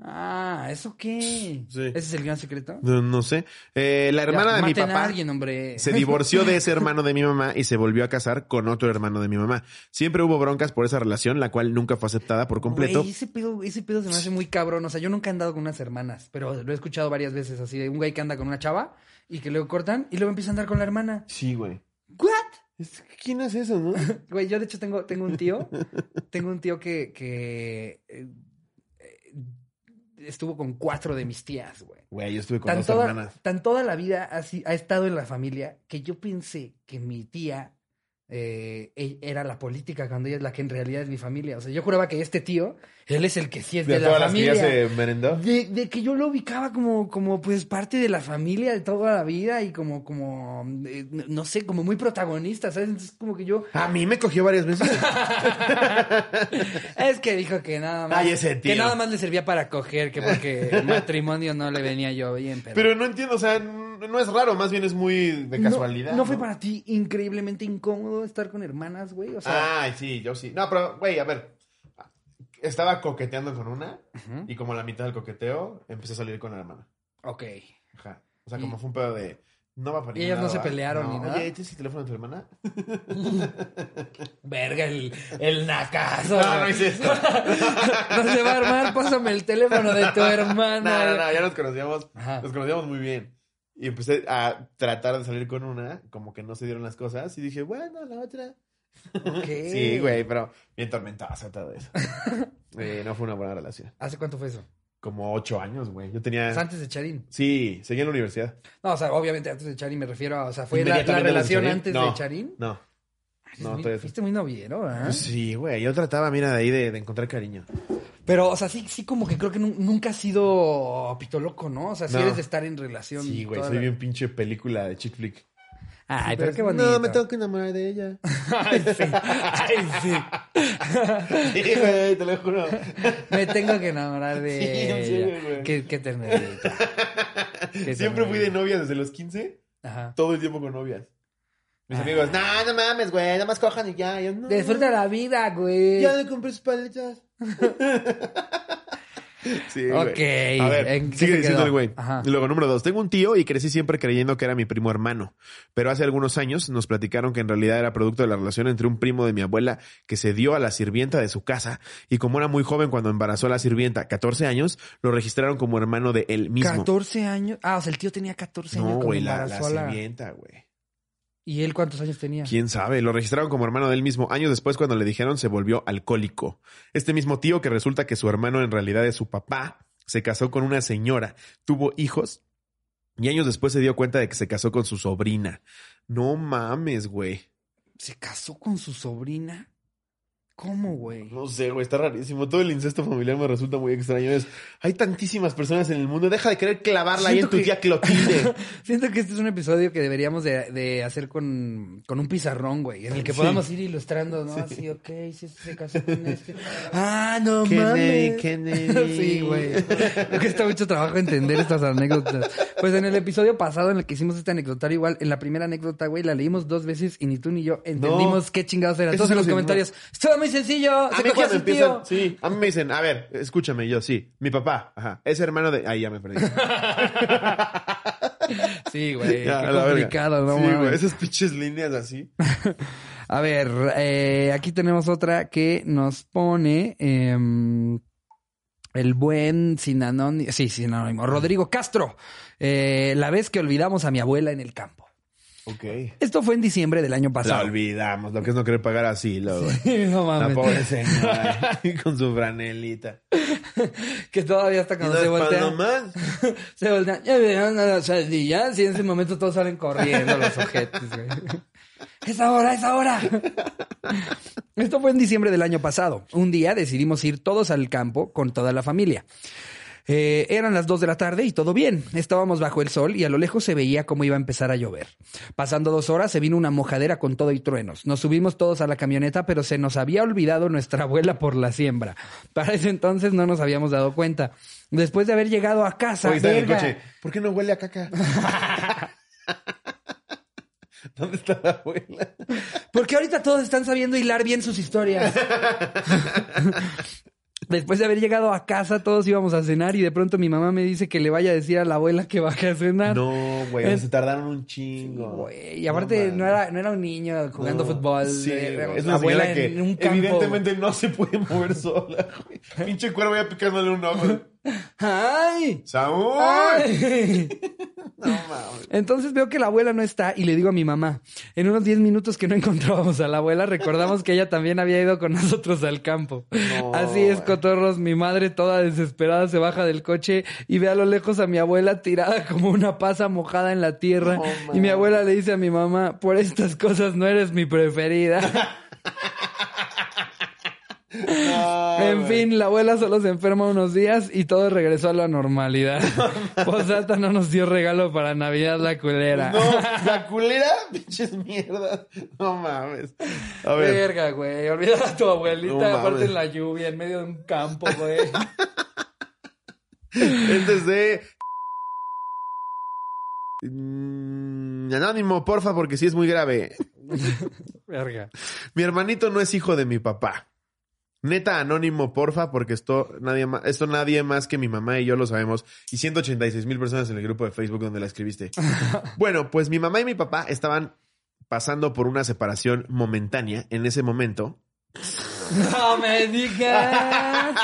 Speaker 1: Ah, ¿eso qué? ¿Ese es el gran secreto?
Speaker 2: No, no sé. Eh, la hermana
Speaker 1: Ya,
Speaker 2: de mi
Speaker 1: maten a
Speaker 2: papá
Speaker 1: alguien, hombre.
Speaker 2: se divorció de ese hermano de mi mamá y se volvió a casar con otro hermano de mi mamá. Siempre hubo broncas por esa relación, la cual nunca fue aceptada por completo.
Speaker 1: Güey, ese pedo, ese pedo se me hace muy cabrón. O sea, yo nunca he andado con unas hermanas, pero lo he escuchado varias veces así de un güey que anda con una chava y que luego cortan y luego empieza a andar con la hermana.
Speaker 2: Sí, güey.
Speaker 1: ¿What?
Speaker 2: Es- ¿Quién hace eso, no?
Speaker 1: Güey, yo de hecho tengo, tengo un tío. tengo un tío que, que eh, eh, estuvo con cuatro de mis tías, güey.
Speaker 2: Güey, yo estuve con
Speaker 1: Tan
Speaker 2: dos
Speaker 1: toda,
Speaker 2: hermanas.
Speaker 1: tan toda la vida ha, si- ha estado en la familia que yo pensé que mi tía eh, e- era la política cuando ella es la que en realidad es mi familia. O sea, yo juraba que este tío, él es el que sí es de,
Speaker 2: De
Speaker 1: la
Speaker 2: todas las que
Speaker 1: familia.
Speaker 2: ya se merendó.
Speaker 1: De, de que yo lo ubicaba como, como pues parte de la familia de toda la vida y como, como, eh, no no sé, como muy protagonista, ¿sabes? Entonces como que yo
Speaker 2: A mí me cogió varias veces.
Speaker 1: Es que dijo que nada más.
Speaker 2: Ay, ese tío.
Speaker 1: Que nada más le servía para coger, que porque matrimonio no le venía yo bien, pero.
Speaker 2: Pero no entiendo, o sea, n- no es raro, más bien es muy de
Speaker 1: No-
Speaker 2: casualidad.
Speaker 1: No, fue para ti increíblemente incómodo estar con hermanas, güey. O sea,
Speaker 2: Ay, sí, yo sí. No, pero, güey, a ver. Estaba coqueteando con una y como a la mitad del coqueteo empecé a salir con la hermana.
Speaker 1: ok.
Speaker 2: Ajá. O sea, como fue un pedo de... No va para
Speaker 1: ¿Y
Speaker 2: ningún
Speaker 1: ellas no
Speaker 2: lado,
Speaker 1: se
Speaker 2: ¿va?
Speaker 1: pelearon ni nada?
Speaker 2: Oye, ¿tienes el teléfono de tu hermana?
Speaker 1: Verga, el, el nacazo.
Speaker 2: No, no
Speaker 1: güey.
Speaker 2: hice eso.
Speaker 1: No se va a armar, pásame el teléfono de tu
Speaker 2: No,
Speaker 1: hermana.
Speaker 2: no, no, ya nos conocíamos.
Speaker 1: Ajá.
Speaker 2: Nos conocíamos muy bien. Y empecé a tratar de salir con una, como que no se dieron las cosas. Y dije, bueno, la otra.
Speaker 1: Ok.
Speaker 2: Sí, güey, pero bien tormentosa todo eso. Eh, no fue una buena relación.
Speaker 1: ¿Hace cuánto fue eso?
Speaker 2: Ah. Como ocho años, güey. Yo
Speaker 1: O sea,
Speaker 2: tenía.
Speaker 1: antes de Charín.
Speaker 2: Sí, seguía en la universidad.
Speaker 1: No, o sea, obviamente antes de Charín me refiero a. O sea, fue la- la,
Speaker 2: Inmediatamente
Speaker 1: relación
Speaker 2: Charín.
Speaker 1: antes
Speaker 2: No,
Speaker 1: de Charín.
Speaker 2: No. No,
Speaker 1: Fuiste
Speaker 2: todavía-
Speaker 1: muy- Fuiste muy noviero, ¿ah? ¿verdad?
Speaker 2: Pues Sí, güey. Yo trataba, mira, de ahí de, de encontrar cariño.
Speaker 1: Pero, o sea, sí, sí, como que creo que nu- nunca has sido pito loco, ¿no? O sea, si
Speaker 2: No.
Speaker 1: eres de estar en relación.
Speaker 2: Sí, güey.
Speaker 1: toda
Speaker 2: Soy
Speaker 1: la-
Speaker 2: bien pinche película de chick flick.
Speaker 1: Ay, pero
Speaker 2: Pues,
Speaker 1: qué bonito.
Speaker 2: No, me tengo que enamorar de ella.
Speaker 1: Ay, sí. Ay, sí.
Speaker 2: Sí, güey, te lo juro.
Speaker 1: me tengo que enamorar de
Speaker 2: Sí, en
Speaker 1: ella.
Speaker 2: serio, güey.
Speaker 1: Qué, qué ternerita. Qué
Speaker 2: Siempre fui de
Speaker 1: ternerita.
Speaker 2: novia desde los 15,
Speaker 1: Ajá.
Speaker 2: todo el tiempo con novias. Mis
Speaker 1: Ah.
Speaker 2: amigos, no, no mames, güey, nada más cojan y ya. Yo, no,
Speaker 1: Disfruta la vida, güey.
Speaker 2: Ya le compré sus paletas. Sí, güey.
Speaker 1: Ok,
Speaker 2: A ver,
Speaker 1: ¿en qué
Speaker 2: sigue
Speaker 1: se
Speaker 2: diciendo
Speaker 1: quedó?
Speaker 2: el güey.
Speaker 1: Ajá.
Speaker 2: Y Luego, número dos. Tengo un tío y crecí siempre creyendo que era mi primo hermano. Pero hace algunos años nos platicaron que en realidad era producto de la relación entre un primo de mi abuela que se dio a la sirvienta de su casa. Y como era muy joven cuando embarazó a la sirvienta, 14 años, lo registraron como hermano de él mismo.
Speaker 1: 14 años. Ah, o sea, el tío tenía 14 años
Speaker 2: No,
Speaker 1: cuando
Speaker 2: güey, la, la
Speaker 1: embarazó a la-
Speaker 2: sirvienta, güey.
Speaker 1: ¿Y él cuántos años tenía?
Speaker 2: ¿Quién sabe? Lo registraron como hermano del mismo. Años después, cuando le dijeron, se volvió alcohólico. Este mismo tío, que resulta que su hermano en realidad es su papá, se casó con una señora, tuvo hijos y años después se dio cuenta de que se casó con su sobrina. No mames, güey.
Speaker 1: Se casó con su sobrina. ¿Cómo, güey?
Speaker 2: No sé, güey, está rarísimo. Todo el incesto familiar me resulta muy extraño. Es, hay tantísimas personas en el mundo. Deja de querer clavarla ahí en
Speaker 1: Siento
Speaker 2: tu
Speaker 1: que-
Speaker 2: tía Clotilde.
Speaker 1: Siento que este es un episodio que deberíamos de, de hacer con, con un pizarrón, güey, en el que
Speaker 2: Sí.
Speaker 1: podamos ir ilustrando, ¿no? Así, ok, si este se casó con este. Ah, no
Speaker 2: Kennedy,
Speaker 1: mames.
Speaker 2: Kennedy.
Speaker 1: Sí, güey. Creo que está mucho trabajo entender estas anécdotas. Pues en el episodio pasado en el que hicimos este anecdotario, igual en la primera anécdota, güey, la leímos dos veces y ni tú ni yo entendimos qué chingados era.
Speaker 2: Eso
Speaker 1: Todos
Speaker 2: sí
Speaker 1: en los
Speaker 2: lo
Speaker 1: comentarios, esto muy sencillo,
Speaker 2: A
Speaker 1: se
Speaker 2: mí
Speaker 1: cogió a
Speaker 2: cuando
Speaker 1: su
Speaker 2: empiezan,
Speaker 1: tío.
Speaker 2: sí, a mí me dicen, a ver, escúchame, y yo, sí, mi papá, ajá, es hermano de, ahí ya me perdí.
Speaker 1: Sí, güey,
Speaker 2: Ya, a
Speaker 1: qué
Speaker 2: la verga.
Speaker 1: complicado, no
Speaker 2: Sí,
Speaker 1: mames.
Speaker 2: güey, esas pinches líneas así.
Speaker 1: A ver, eh, aquí tenemos otra que nos pone em, el buen sin anónimo, sí, sin anónimo, Rodrigo Castro, eh, la vez que olvidamos a mi abuela en el campo.
Speaker 2: Ok.
Speaker 1: Esto fue en diciembre del año
Speaker 2: La
Speaker 1: pasado.
Speaker 2: olvidamos, lo que es no querer pagar así, lo, güey.
Speaker 1: no
Speaker 2: La
Speaker 1: mames.
Speaker 2: pobre señora, con su franelita.
Speaker 1: Que todavía hasta cuando se voltean,
Speaker 2: más.
Speaker 1: se voltean, ya vieron a las sardillas y en ese momento todos salen corriendo los ojetes, güey. Es ahora, es ahora. Esto fue en diciembre del año pasado. Un día decidimos ir todos al campo con toda la familia. Eh, eran las 2 de la tarde y todo bien. Estábamos bajo el sol y a lo lejos se veía cómo iba a empezar a llover. Pasando dos horas se vino una mojadera con todo y truenos. Nos subimos todos a la camioneta, pero se nos había olvidado nuestra abuela por la siembra. Para ese entonces no nos habíamos dado cuenta. Después de haber llegado a casa,
Speaker 2: Hoy está en el
Speaker 1: verga,
Speaker 2: coche. ¿Por qué no huele a caca? ¿Dónde está la abuela?
Speaker 1: Porque ahorita todos están sabiendo hilar bien sus historias. Después de haber llegado a casa, todos íbamos a cenar y de pronto mi mamá me dice que le vaya a decir a la abuela que baje a cenar.
Speaker 2: No, güey,
Speaker 1: Es-
Speaker 2: se tardaron un chingo.
Speaker 1: Güey, Y aparte no,
Speaker 2: mames.
Speaker 1: era, no era un niño jugando
Speaker 2: No.
Speaker 1: fútbol.
Speaker 2: Sí,
Speaker 1: era
Speaker 2: güey, es
Speaker 1: una
Speaker 2: una
Speaker 1: abuela
Speaker 2: señora que
Speaker 1: en un campo.
Speaker 2: evidentemente no se puede mover sola. güey. Pinche cuervo ya picándole un ojo.
Speaker 1: ¡Ay!
Speaker 2: ¡Saúl!
Speaker 1: ¡Ay!
Speaker 2: No mames.
Speaker 1: Entonces veo que la abuela no está y le digo a mi mamá, en unos 10 minutos que no encontrábamos a la abuela, recordamos que ella también había ido con nosotros al campo.
Speaker 2: No, eh.
Speaker 1: Así es,
Speaker 2: güey.
Speaker 1: cotorros, mi madre toda desesperada se baja del coche y ve a lo lejos a mi abuela tirada como una pasa mojada en la tierra.
Speaker 2: No,
Speaker 1: y mi
Speaker 2: man.
Speaker 1: abuela le dice a mi mamá, por estas cosas no eres mi preferida.
Speaker 2: No,
Speaker 1: En
Speaker 2: Ah, güey.
Speaker 1: fin, la abuela solo se enferma unos días y todo regresó a la normalidad. Posata no nos dio regalo para Navidad la culera.
Speaker 2: No, la culera, pinches mierda. No mames. A ver.
Speaker 1: Verga, güey. Olvidar a tu abuelita,
Speaker 2: No mames.
Speaker 1: aparte en la lluvia, en medio de un campo, güey.
Speaker 2: Este es de. Mm, Anónimo, porfa, porque sí es muy grave.
Speaker 1: Verga.
Speaker 2: Mi hermanito no es hijo de mi papá. Neta, anónimo, porfa, porque esto nadie, ma- esto nadie más que mi mamá y yo lo sabemos. Y 186 mil personas en el grupo de Facebook donde la escribiste. bueno, pues mi mamá y mi papá estaban pasando por una separación momentánea en ese momento.
Speaker 1: No me digas.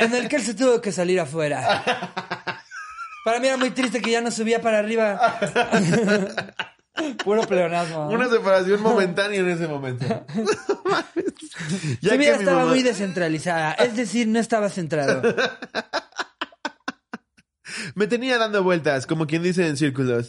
Speaker 1: En el que él se tuvo que salir afuera. Para mí era muy triste que ya no subía para arriba. Puro pleonasmo. ¿no?
Speaker 2: Una separación momentánea en ese momento.
Speaker 1: Su vida
Speaker 2: mi
Speaker 1: estaba
Speaker 2: mamá-
Speaker 1: muy descentralizada. Es decir, no estaba centrado.
Speaker 2: Me tenía dando vueltas, como quien dice en círculos.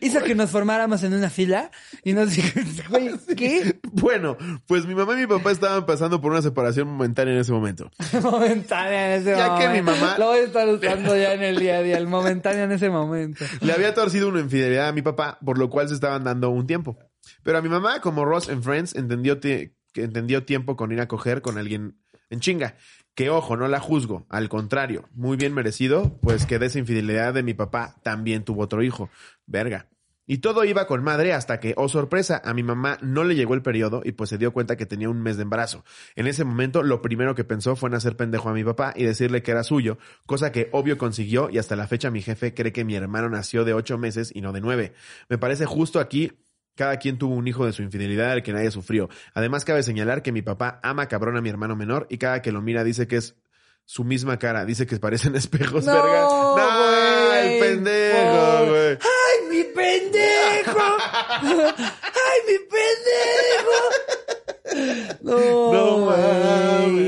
Speaker 1: Hizo que nos formáramos en una fila y nos dijo, güey, ¿qué?
Speaker 2: bueno, pues mi mamá y mi papá estaban pasando por una separación momentánea en ese momento.
Speaker 1: Momentánea en ese
Speaker 2: Ya
Speaker 1: momento.
Speaker 2: que mi mamá-
Speaker 1: Lo voy a estar usando ya en el día a día, el momentáneo en ese momento.
Speaker 2: Le había torcido una infidelidad a mi papá, por lo cual se estaban dando un tiempo. Pero a mi mamá, como Ross en Friends, entendió, ti- que entendió tiempo con ir a coger con alguien en chinga. Que ojo, no la juzgo, al contrario, muy bien merecido, pues que de esa infidelidad de mi papá también tuvo otro hijo. Verga. Y todo iba con madre hasta que, oh sorpresa, a mi mamá no le llegó el periodo y pues se dio cuenta que tenía un mes de embarazo. En ese momento lo primero que pensó fue en hacer pendejo a mi papá y decirle que era suyo, cosa que obvio consiguió y hasta la fecha mi jefe cree que mi hermano nació de ocho meses y no de nueve. Me parece justo aquí cada quien tuvo un hijo de su infidelidad al que nadie sufrió. Además, cabe señalar que mi papá ama cabrón a mi hermano menor y cada que lo mira dice que es su misma cara. Dice que parecen espejos,
Speaker 1: No,
Speaker 2: verga. ¡No!
Speaker 1: güey,
Speaker 2: ¡El pendejo,
Speaker 1: por-
Speaker 2: güey!
Speaker 1: ¡Ay, mi pendejo! ¡Ay, mi pendejo! No,
Speaker 2: No
Speaker 1: güey.
Speaker 2: mames,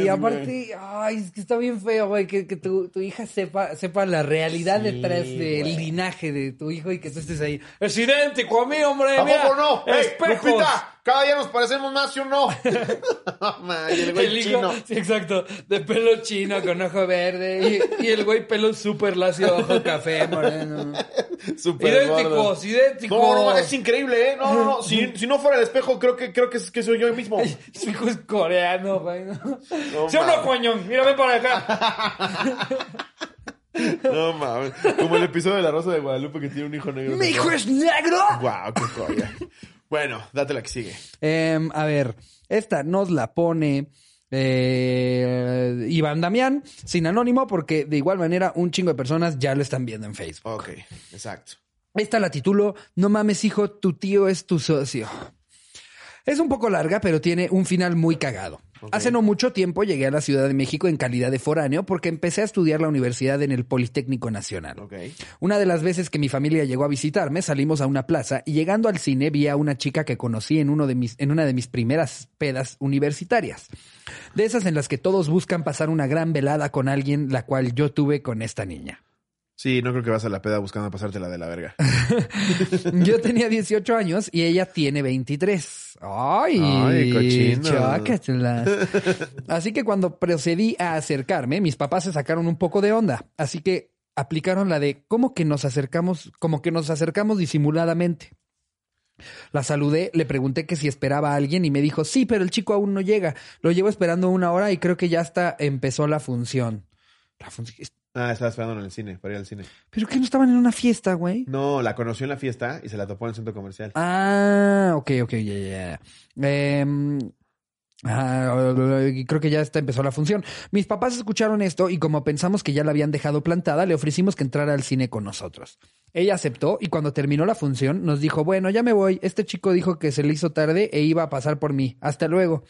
Speaker 1: Aparte, ay, ay, es que está bien feo, güey, que, que tu, tu hija sepa, sepa la realidad
Speaker 2: Sí,
Speaker 1: detrás del
Speaker 2: güey.
Speaker 1: linaje de tu hijo y que tú estés ahí. Es idéntico a mí, hombre.
Speaker 2: ¿A
Speaker 1: mira,
Speaker 2: poco no? ¡Ey,
Speaker 1: espejos".
Speaker 2: Lupita! Cada día nos parecemos más y uno. Man, y el
Speaker 1: El
Speaker 2: güey
Speaker 1: hijo,
Speaker 2: chino.
Speaker 1: sí, exacto, de pelo chino con ojo verde y, y el güey pelo súper lacio, ojo café, moreno.
Speaker 2: Super gordo.
Speaker 1: Idénticos, idénticos.
Speaker 2: No, no, es increíble, ¿eh? No, no, no. Si, si no fuera el espejo, creo que, creo que, es, que soy yo mismo.
Speaker 1: Su hijo es coreano, güey. ¿no?
Speaker 2: No
Speaker 1: ¿Sí o no,
Speaker 2: mames.
Speaker 1: coñón? Mira, ven para acá.
Speaker 2: No mames. Como el episodio de La Rosa de Guadalupe que tiene un hijo negro.
Speaker 1: ¿Mi hijo es negro?
Speaker 2: Guau, qué joya. Bueno, date la que sigue.
Speaker 1: Em, a ver, esta nos la pone eh, Iván Damián, sin anónimo, porque de igual manera un chingo de personas ya lo están viendo en Facebook.
Speaker 2: Ok, exacto.
Speaker 1: Esta la titulo No mames hijo, tu tío es tu socio. Es un poco larga, pero tiene un final muy cagado. Hace no mucho tiempo llegué a la Ciudad de México en calidad de foráneo porque empecé a estudiar la universidad en el Politécnico Nacional.
Speaker 2: Ok.
Speaker 1: Una de las veces que mi familia llegó a visitarme, salimos a una plaza y llegando al cine vi a una chica que conocí en, uno de mis, en una de mis primeras pedas universitarias. De esas en las que todos buscan pasar una gran velada con alguien, la cual yo tuve con esta niña.
Speaker 2: Sí, no creo que vas a la peda buscando pasártela de la verga.
Speaker 1: Yo tenía 18 años y ella tiene 23. ¡Ay!
Speaker 2: Ay, cochinos.
Speaker 1: chócatelas. Así que cuando procedí a acercarme, mis papás se sacaron un poco de onda. Así que aplicaron la de cómo que nos acercamos, como que nos acercamos disimuladamente. La saludé, le pregunté que si esperaba a alguien y me dijo, sí, pero el chico aún no llega. Lo llevo esperando una hora y creo que ya hasta empezó la función. La función.
Speaker 2: Ah, estaba esperando en el cine, para ir al cine.
Speaker 1: ¿Pero que no estaban en una fiesta, güey?
Speaker 2: No, la conoció en la fiesta y se la topó en el centro comercial.
Speaker 1: Ah, ok, ok, ya, ya, ya. Em, ah, y creo que ya está, empezó la función. Mis papás escucharon esto y como pensamos que ya la habían dejado plantada, le ofrecimos que entrara al cine con nosotros. Ella aceptó y cuando terminó la función nos dijo, bueno, ya me voy. Este chico dijo que se le hizo tarde e iba a pasar por mí. Hasta luego.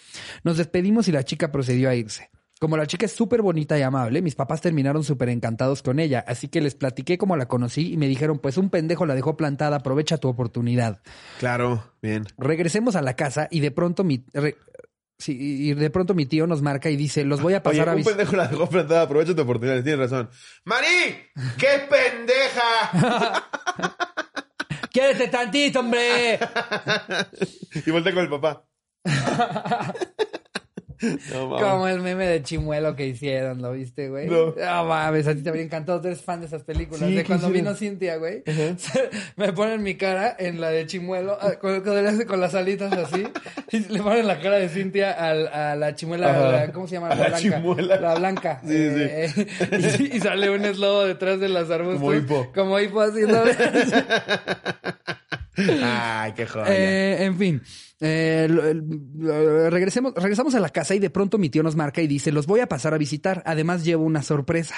Speaker 1: Nos despedimos y la chica procedió a irse. Como la chica es súper bonita y amable, mis papás terminaron súper encantados con ella, así que les platiqué cómo la conocí y me dijeron, pues un pendejo la dejó plantada, aprovecha tu oportunidad
Speaker 2: Claro, bien.
Speaker 1: regresemos a la casa y de pronto mi re- sí, y de pronto mi tío nos marca y dice los voy a
Speaker 2: Oye,
Speaker 1: pasar a
Speaker 2: un
Speaker 1: visitar
Speaker 2: pendejo la dejó plantada. Aprovecha tu oportunidad, tienes razón. ¡Marí! ¡Qué pendeja!
Speaker 1: quédate tantito hombre
Speaker 2: y voltea con el papá. no, mames.
Speaker 1: como el meme de Chimuelo que hicieron lo viste güey
Speaker 2: No.
Speaker 1: Ah, mames a ti te habría encantado tú eres fan de esas películas
Speaker 2: Sí,
Speaker 1: de
Speaker 2: ¿qué
Speaker 1: cuando vino
Speaker 2: hicieron?
Speaker 1: Cintia güey me ponen mi cara en la de Chimuelo ah, con, con, le hace con las alitas así y le ponen la cara de Cintia al- a la Chimuela
Speaker 2: Ajá.
Speaker 1: la- ¿cómo se llama?
Speaker 2: A la Chimuela.
Speaker 1: la blanca
Speaker 2: Sí, sí.
Speaker 1: Eh, y, y sale un eslobo detrás de las arbustos
Speaker 2: Como hipo.
Speaker 1: como hipo así ¿no?
Speaker 2: Ay, qué joya.
Speaker 1: Eh, en fin, Eh, lo- el- lo- regresemos, regresamos a la casa y de pronto mi tío nos marca y dice, los voy a pasar a visitar. Además llevo una sorpresa.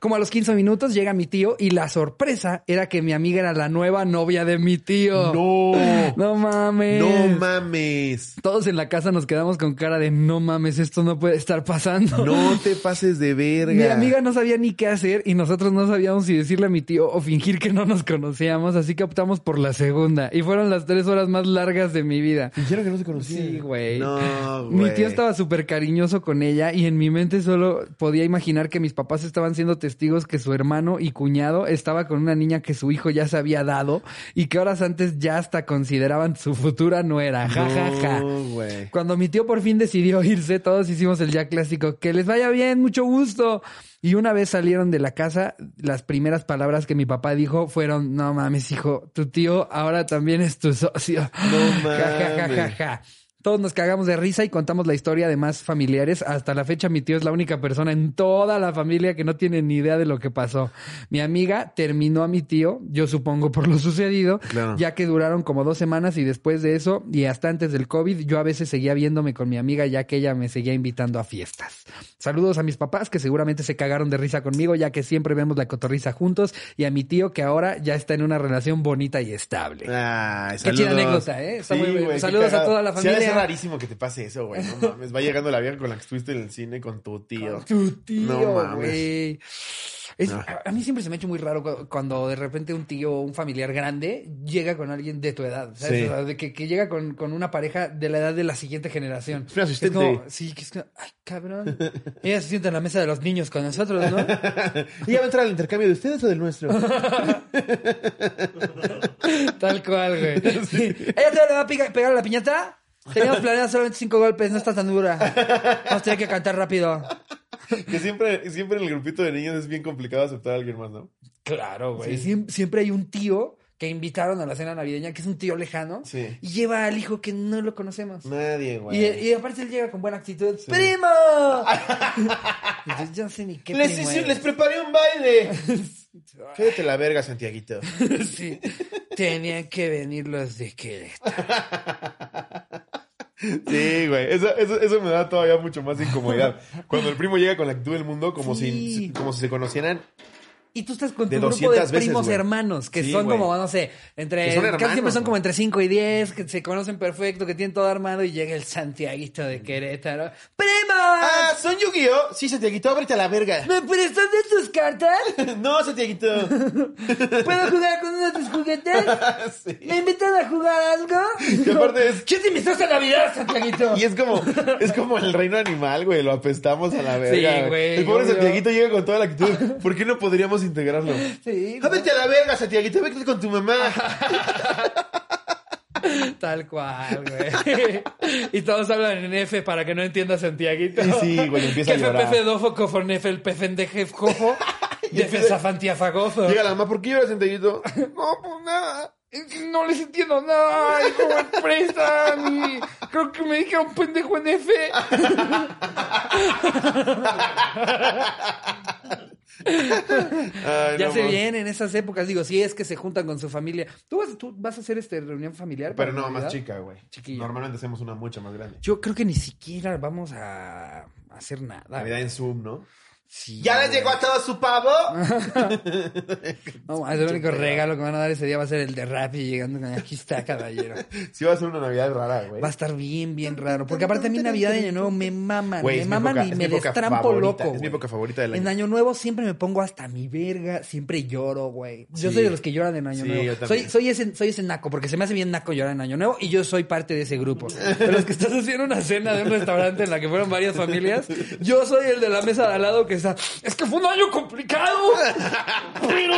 Speaker 1: Como a los 15 minutos llega mi tío y la sorpresa era que mi amiga era la nueva novia de mi tío.
Speaker 2: no.
Speaker 1: No mames.
Speaker 2: No mames.
Speaker 1: Todos en la casa nos quedamos con cara de no mames, esto no puede estar pasando.
Speaker 2: No te pases de verga.
Speaker 1: Mi amiga no sabía ni qué hacer y nosotros no sabíamos si decirle a mi tío o fingir que no nos conocíamos, así que optamos por la segunda. Y fueron las tres horas más largas de mi vida.
Speaker 2: Dijeron que no se conocían.
Speaker 1: Sí, güey.
Speaker 2: No, güey.
Speaker 1: Mi tío estaba súper cariñoso con ella y en mi mente solo podía imaginar que mis papás estaban siendo testigos que su hermano y cuñado estaba con una niña que su hijo ya se había dado y que horas antes ya hasta consideraban su futura nuera. Ja, ja, ja.
Speaker 2: No, güey.
Speaker 1: Cuando mi tío por fin decidió irse, todos hicimos el ya clásico, que les vaya bien, mucho gusto. Y una vez salieron de la casa, las primeras palabras que mi papá dijo fueron, no mames, hijo, tu tío ahora también es tu socio.
Speaker 2: No
Speaker 1: Ja, ja, ja, ja,
Speaker 2: mames.
Speaker 1: ja. Todos nos cagamos de risa y contamos la historia de más familiares. Hasta la fecha mi tío es la única persona en toda la familia que no tiene ni idea de lo que pasó. Mi amiga terminó a mi tío, yo supongo por lo sucedido,
Speaker 2: Claro.
Speaker 1: ya que duraron como dos semanas y después de eso y hasta antes del COVID yo a veces seguía viéndome con mi amiga ya que ella me seguía invitando a fiestas. Saludos a mis papás que seguramente se cagaron de risa conmigo ya que siempre vemos la cotorriza juntos y a mi tío que ahora ya está en una relación bonita y estable.
Speaker 2: Ay,
Speaker 1: Qué chida
Speaker 2: saludos.
Speaker 1: anécdota, ¿eh? Está muy bien.
Speaker 2: güey, qué
Speaker 1: Saludos a
Speaker 2: cagado.
Speaker 1: toda la
Speaker 2: Sí, ha de ser
Speaker 1: familia.
Speaker 2: rarísimo que te pase eso, güey. No mames. Va llegando la vieja con la que estuviste en el cine con tu tío.
Speaker 1: Tu tío,
Speaker 2: No mames.
Speaker 1: güey. Es- a, a mí siempre se me ha hecho muy raro cu- cuando de repente un tío o un familiar grande llega con alguien de tu edad. ¿sabes?
Speaker 2: Sí.
Speaker 1: O sea, de que, que llega con, con una pareja de la edad de la siguiente generación.
Speaker 2: Es mi asistente.
Speaker 1: como, sí, que es como, ay, cabrón. Ella se sienta en la mesa de los niños con nosotros, ¿no?
Speaker 2: ¿Y ya va a entrar al intercambio de ustedes o del nuestro?
Speaker 1: Tal cual, güey. ¿Ella todavía le va a pica- pegar a la piñata? Teníamos planeado solamente cinco golpes, no está tan dura. Vamos a tener que cantar rápido.
Speaker 2: que siempre, siempre en el grupito de niños es bien complicado aceptar a alguien más, ¿no?
Speaker 1: Claro, güey. Siem- siempre hay un tío que invitaron a la cena navideña, que es un tío lejano,
Speaker 2: Sí.
Speaker 1: y lleva al hijo que no lo conocemos.
Speaker 2: Nadie,
Speaker 1: Y, y aparte él llega con buena actitud. ¡Primo! yo, yo no sé ni qué
Speaker 2: Les,
Speaker 1: primo
Speaker 2: hice-
Speaker 1: eres.
Speaker 2: les preparé un baile. Quédate la verga, Santiaguito.
Speaker 1: Sí. Tenían que venir los de Querétaro.
Speaker 2: Sí, güey. Eso, eso, eso me da todavía mucho más incomodidad. Cuando el primo llega con la actitud del mundo, como,
Speaker 1: Sí.
Speaker 2: si, como si se conocieran.
Speaker 1: Y tú estás con
Speaker 2: De
Speaker 1: tu grupo de
Speaker 2: 200 veces,
Speaker 1: primos
Speaker 2: güey.
Speaker 1: hermanos, que
Speaker 2: Sí,
Speaker 1: son
Speaker 2: güey.
Speaker 1: como, no sé, entre.
Speaker 2: Que son
Speaker 1: casi siempre
Speaker 2: hermanos,
Speaker 1: son como
Speaker 2: güey.
Speaker 1: entre 5 y 10, que se conocen perfecto, que tienen todo armado, y llega el Santiaguito de Querétaro. ¡Primo!
Speaker 2: ¡Ah, son Yu-Gi-Oh! Sí, Santiaguito, ábrete a la verga.
Speaker 1: ¿Me prestas de tus cartas?
Speaker 2: No, Santiaguito.
Speaker 1: ¿Puedo jugar con uno de tus juguetes?
Speaker 2: Sí.
Speaker 1: ¿Me invitan a jugar algo?
Speaker 2: Y aparte es-
Speaker 1: ¿Quién te invitó a esta Navidad, Santiaguito?
Speaker 2: Y es como, es como el reino animal, güey. Lo apestamos a la verga.
Speaker 1: Sí, güey,
Speaker 2: el pobre
Speaker 1: obvio.
Speaker 2: Santiaguito llega con toda la actitud. ¿Por qué no podríamos integrarlo?
Speaker 1: Sí, güey.
Speaker 2: Ábrete a la verga, Santiaguito. Vete con tu mamá.
Speaker 1: Tal cual, güey. y todos hablan en F para que no entienda Santiaguito.
Speaker 2: Y sí, güey, empieza
Speaker 1: que
Speaker 2: a llorar.
Speaker 1: fue dófoco con F, el pefendejefofo,
Speaker 2: Y empieza-
Speaker 1: defesafantiafagozo.
Speaker 2: Llega la mamá, ¿por qué llora, Santiaguito? No, pues nada.
Speaker 1: Es que No les entiendo nada, y cómo expresan, y creo que me dijeron pendejo en F.
Speaker 2: Ay,
Speaker 1: ya
Speaker 2: no,
Speaker 1: se
Speaker 2: mames.
Speaker 1: vienen en esas épocas, digo, si es que se juntan con su familia. ¿Tú vas, tú vas a hacer este reunión familiar? para
Speaker 2: Pero no, más
Speaker 1: Navidad?
Speaker 2: chica, güey.
Speaker 1: Chiquilla.
Speaker 2: Normalmente hacemos una mucha más grande.
Speaker 1: Yo creo que ni siquiera vamos a hacer nada.
Speaker 2: Navidad en Zoom, ¿no?
Speaker 1: Sí, güey.
Speaker 2: a todo su pavo?
Speaker 1: No, es el único regalo que me van a dar ese día va a ser el de Rappi llegando con aquí está, caballero.
Speaker 2: Sí, va a ser una Navidad rara, güey.
Speaker 1: Va a estar bien, bien raro. Porque aparte a mí Navidad y Año Nuevo me maman.
Speaker 2: Güey,
Speaker 1: me
Speaker 2: es mi
Speaker 1: maman
Speaker 2: época-
Speaker 1: y
Speaker 2: es mi
Speaker 1: me
Speaker 2: época
Speaker 1: destrampo
Speaker 2: favorita,
Speaker 1: loco.
Speaker 2: es mi
Speaker 1: güey.
Speaker 2: época favorita del año.
Speaker 1: En Año Nuevo siempre me pongo hasta mi verga. Siempre lloro, güey. Yo
Speaker 2: Sí.
Speaker 1: soy de los que lloran en Año
Speaker 2: Sí,
Speaker 1: Nuevo.
Speaker 2: yo
Speaker 1: soy,
Speaker 2: también.
Speaker 1: soy, ese, soy ese naco, porque se me hace bien naco llorar en Año Nuevo y yo soy parte de ese grupo. De los que estás haciendo una cena de un restaurante en la que fueron varias familias, yo soy el de la mesa de al lado que está. Es que fue un año complicado, pero.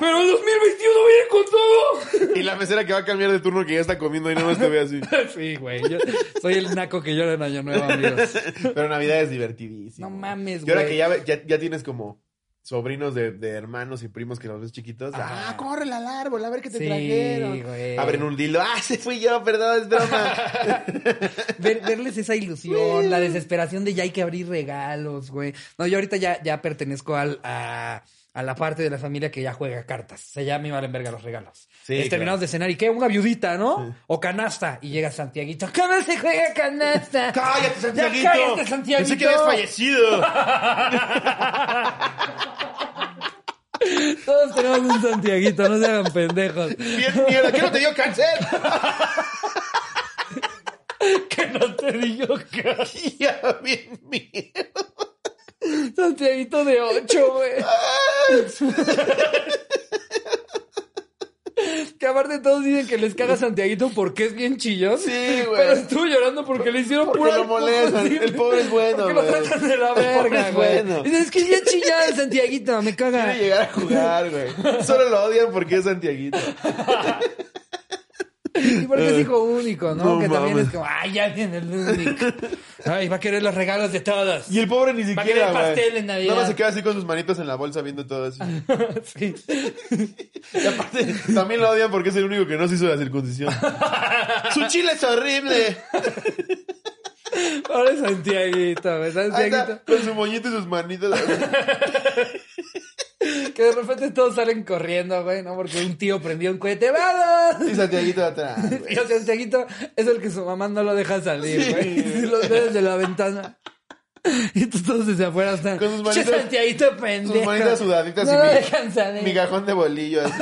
Speaker 1: Pero el 2021 viene con todo.
Speaker 2: Y la mesera que va a cambiar de turno que ya está comiendo y no más te ve así.
Speaker 1: Sí, güey. Yo soy el naco que llora en Año Nuevo, amigos.
Speaker 2: Pero Navidad es divertidísimo.
Speaker 1: No mames,
Speaker 2: Y ahora
Speaker 1: güey.
Speaker 2: que ya, ya, ya tienes como sobrinos de, de hermanos y primos que los ves chiquitos.
Speaker 1: Ah.
Speaker 2: Ah, córrele al árbol, a ver qué te
Speaker 1: Sí,
Speaker 2: trajeron.
Speaker 1: güey.
Speaker 2: Abren un dilo. Ah, se fui yo, perdón, es broma.
Speaker 1: Ver- verles esa ilusión, la desesperación de ya hay que abrir regalos, güey. No, yo ahorita ya, ya pertenezco al, a, a la parte de la familia que ya juega cartas. O sea, ya me valen verga los regalos.
Speaker 2: Sí,
Speaker 1: Es, terminamos de
Speaker 2: claro.
Speaker 1: cenar y qué, una viudita, ¿no? O canasta. Y llega Santiaguito. ¿Cómo se juega canasta?
Speaker 2: ¡Cállate, Santiaguito!
Speaker 1: ¡Ya cállate, Santiaguito!
Speaker 2: Pensé que habías fallecido.
Speaker 1: Todos tenemos un Santiaguito, no se hagan pendejos.
Speaker 2: Bien, mierda, ¿qué no te dio cáncer?
Speaker 1: que no te digo que...
Speaker 2: Ya, bien, mierda.
Speaker 1: Santiaguito de ocho, güey. Que aparte todos dicen que les caga Santiaguito porque es bien chillón.
Speaker 2: Sí, güey.
Speaker 1: Pero estuvo llorando porque le hicieron
Speaker 2: Porque
Speaker 1: puro
Speaker 2: lo molestan.
Speaker 1: sí,
Speaker 2: El pobre es bueno,
Speaker 1: Porque lo
Speaker 2: güey.
Speaker 1: tratan de la
Speaker 2: El pobre
Speaker 1: verga,
Speaker 2: es
Speaker 1: güey.
Speaker 2: bueno.
Speaker 1: Dicen, Es que es bien chillón, Santiaguito, me caga.
Speaker 2: Quiere llegar a jugar, güey. Solo lo odian porque es Santiaguito.
Speaker 1: Y porque es hijo único, ¿no?
Speaker 2: No
Speaker 1: que también
Speaker 2: mames.
Speaker 1: es como, ay, ya viene el único. Ay, va a querer los regalos de todos.
Speaker 2: Y el pobre ni
Speaker 1: Va a querer
Speaker 2: siquiera, güey.
Speaker 1: pastel en Navidad.
Speaker 2: Nada más se queda así con sus manitos en la bolsa viendo todo eso.
Speaker 1: Sí.
Speaker 2: Y aparte, también lo odian porque es el único que no se hizo la circuncisión. ¡Su chile es horrible!
Speaker 1: Ahora es Santiaguito, güey. Santiaguito.
Speaker 2: Anda con su moñito y sus manitos.
Speaker 1: Que de repente todos salen corriendo, güey, ¿no? Porque un tío prendió un cohete. ¡Vamos!
Speaker 2: Y Santiaguito atrás,
Speaker 1: Y
Speaker 2: güey.
Speaker 1: el Santiaguito es el que su mamá no lo deja salir,
Speaker 2: Sí.
Speaker 1: güey. Y los ve desde la ventana. Y tú todos desde afuera están.
Speaker 2: Con sus
Speaker 1: "Che,
Speaker 2: manitas-
Speaker 1: Santiaguito pendejo.
Speaker 2: Sus manitas sudaditas
Speaker 1: no
Speaker 2: y
Speaker 1: lo
Speaker 2: mi-
Speaker 1: dejan salir.
Speaker 2: mi cajón de bolillo así.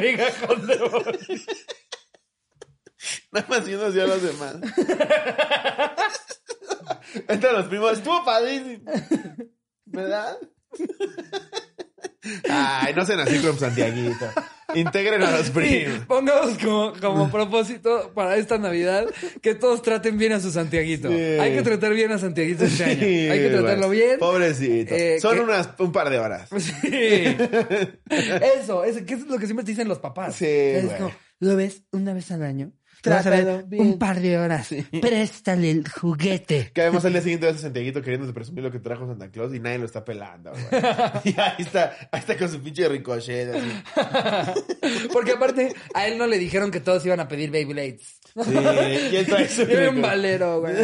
Speaker 1: Migajón de bolillo.
Speaker 2: Nada más yendo hacia los demás. Entran los primos. Estuvo padrísimo. ¿Verdad? Ay, no sean así, Club Santiaguito. Integren a los
Speaker 1: Sí,
Speaker 2: primos.
Speaker 1: pongamos como, como propósito para esta Navidad que todos traten bien a su Santiaguito.
Speaker 2: Sí.
Speaker 1: Hay que tratar bien a Santiaguito este año. Hay que
Speaker 2: Sí,
Speaker 1: tratarlo
Speaker 2: güey.
Speaker 1: bien.
Speaker 2: Pobrecito.
Speaker 1: Eh,
Speaker 2: Son
Speaker 1: que-
Speaker 2: unas, un par de horas.
Speaker 1: Sí. Eso, eso, que eso es lo que siempre te dicen los papás.
Speaker 2: Sí,
Speaker 1: Es
Speaker 2: güey.
Speaker 1: como, lo ves una vez al año. Lo vas a
Speaker 2: Trátalo
Speaker 1: ver
Speaker 2: bien.
Speaker 1: un par de horas. Préstale el juguete.
Speaker 2: Que además al día siguiente ves a Santiaguito queriendo presumir lo que trajo Santa Claus y nadie lo está pelando, güey. Y ahí está, ahí está con su pinche ricochet así.
Speaker 1: Porque aparte, a él no le dijeron que todos iban a pedir Beyblades.
Speaker 2: Sí, ¿quién trae su
Speaker 1: Yo era un
Speaker 2: ricochet?
Speaker 1: valero, güey.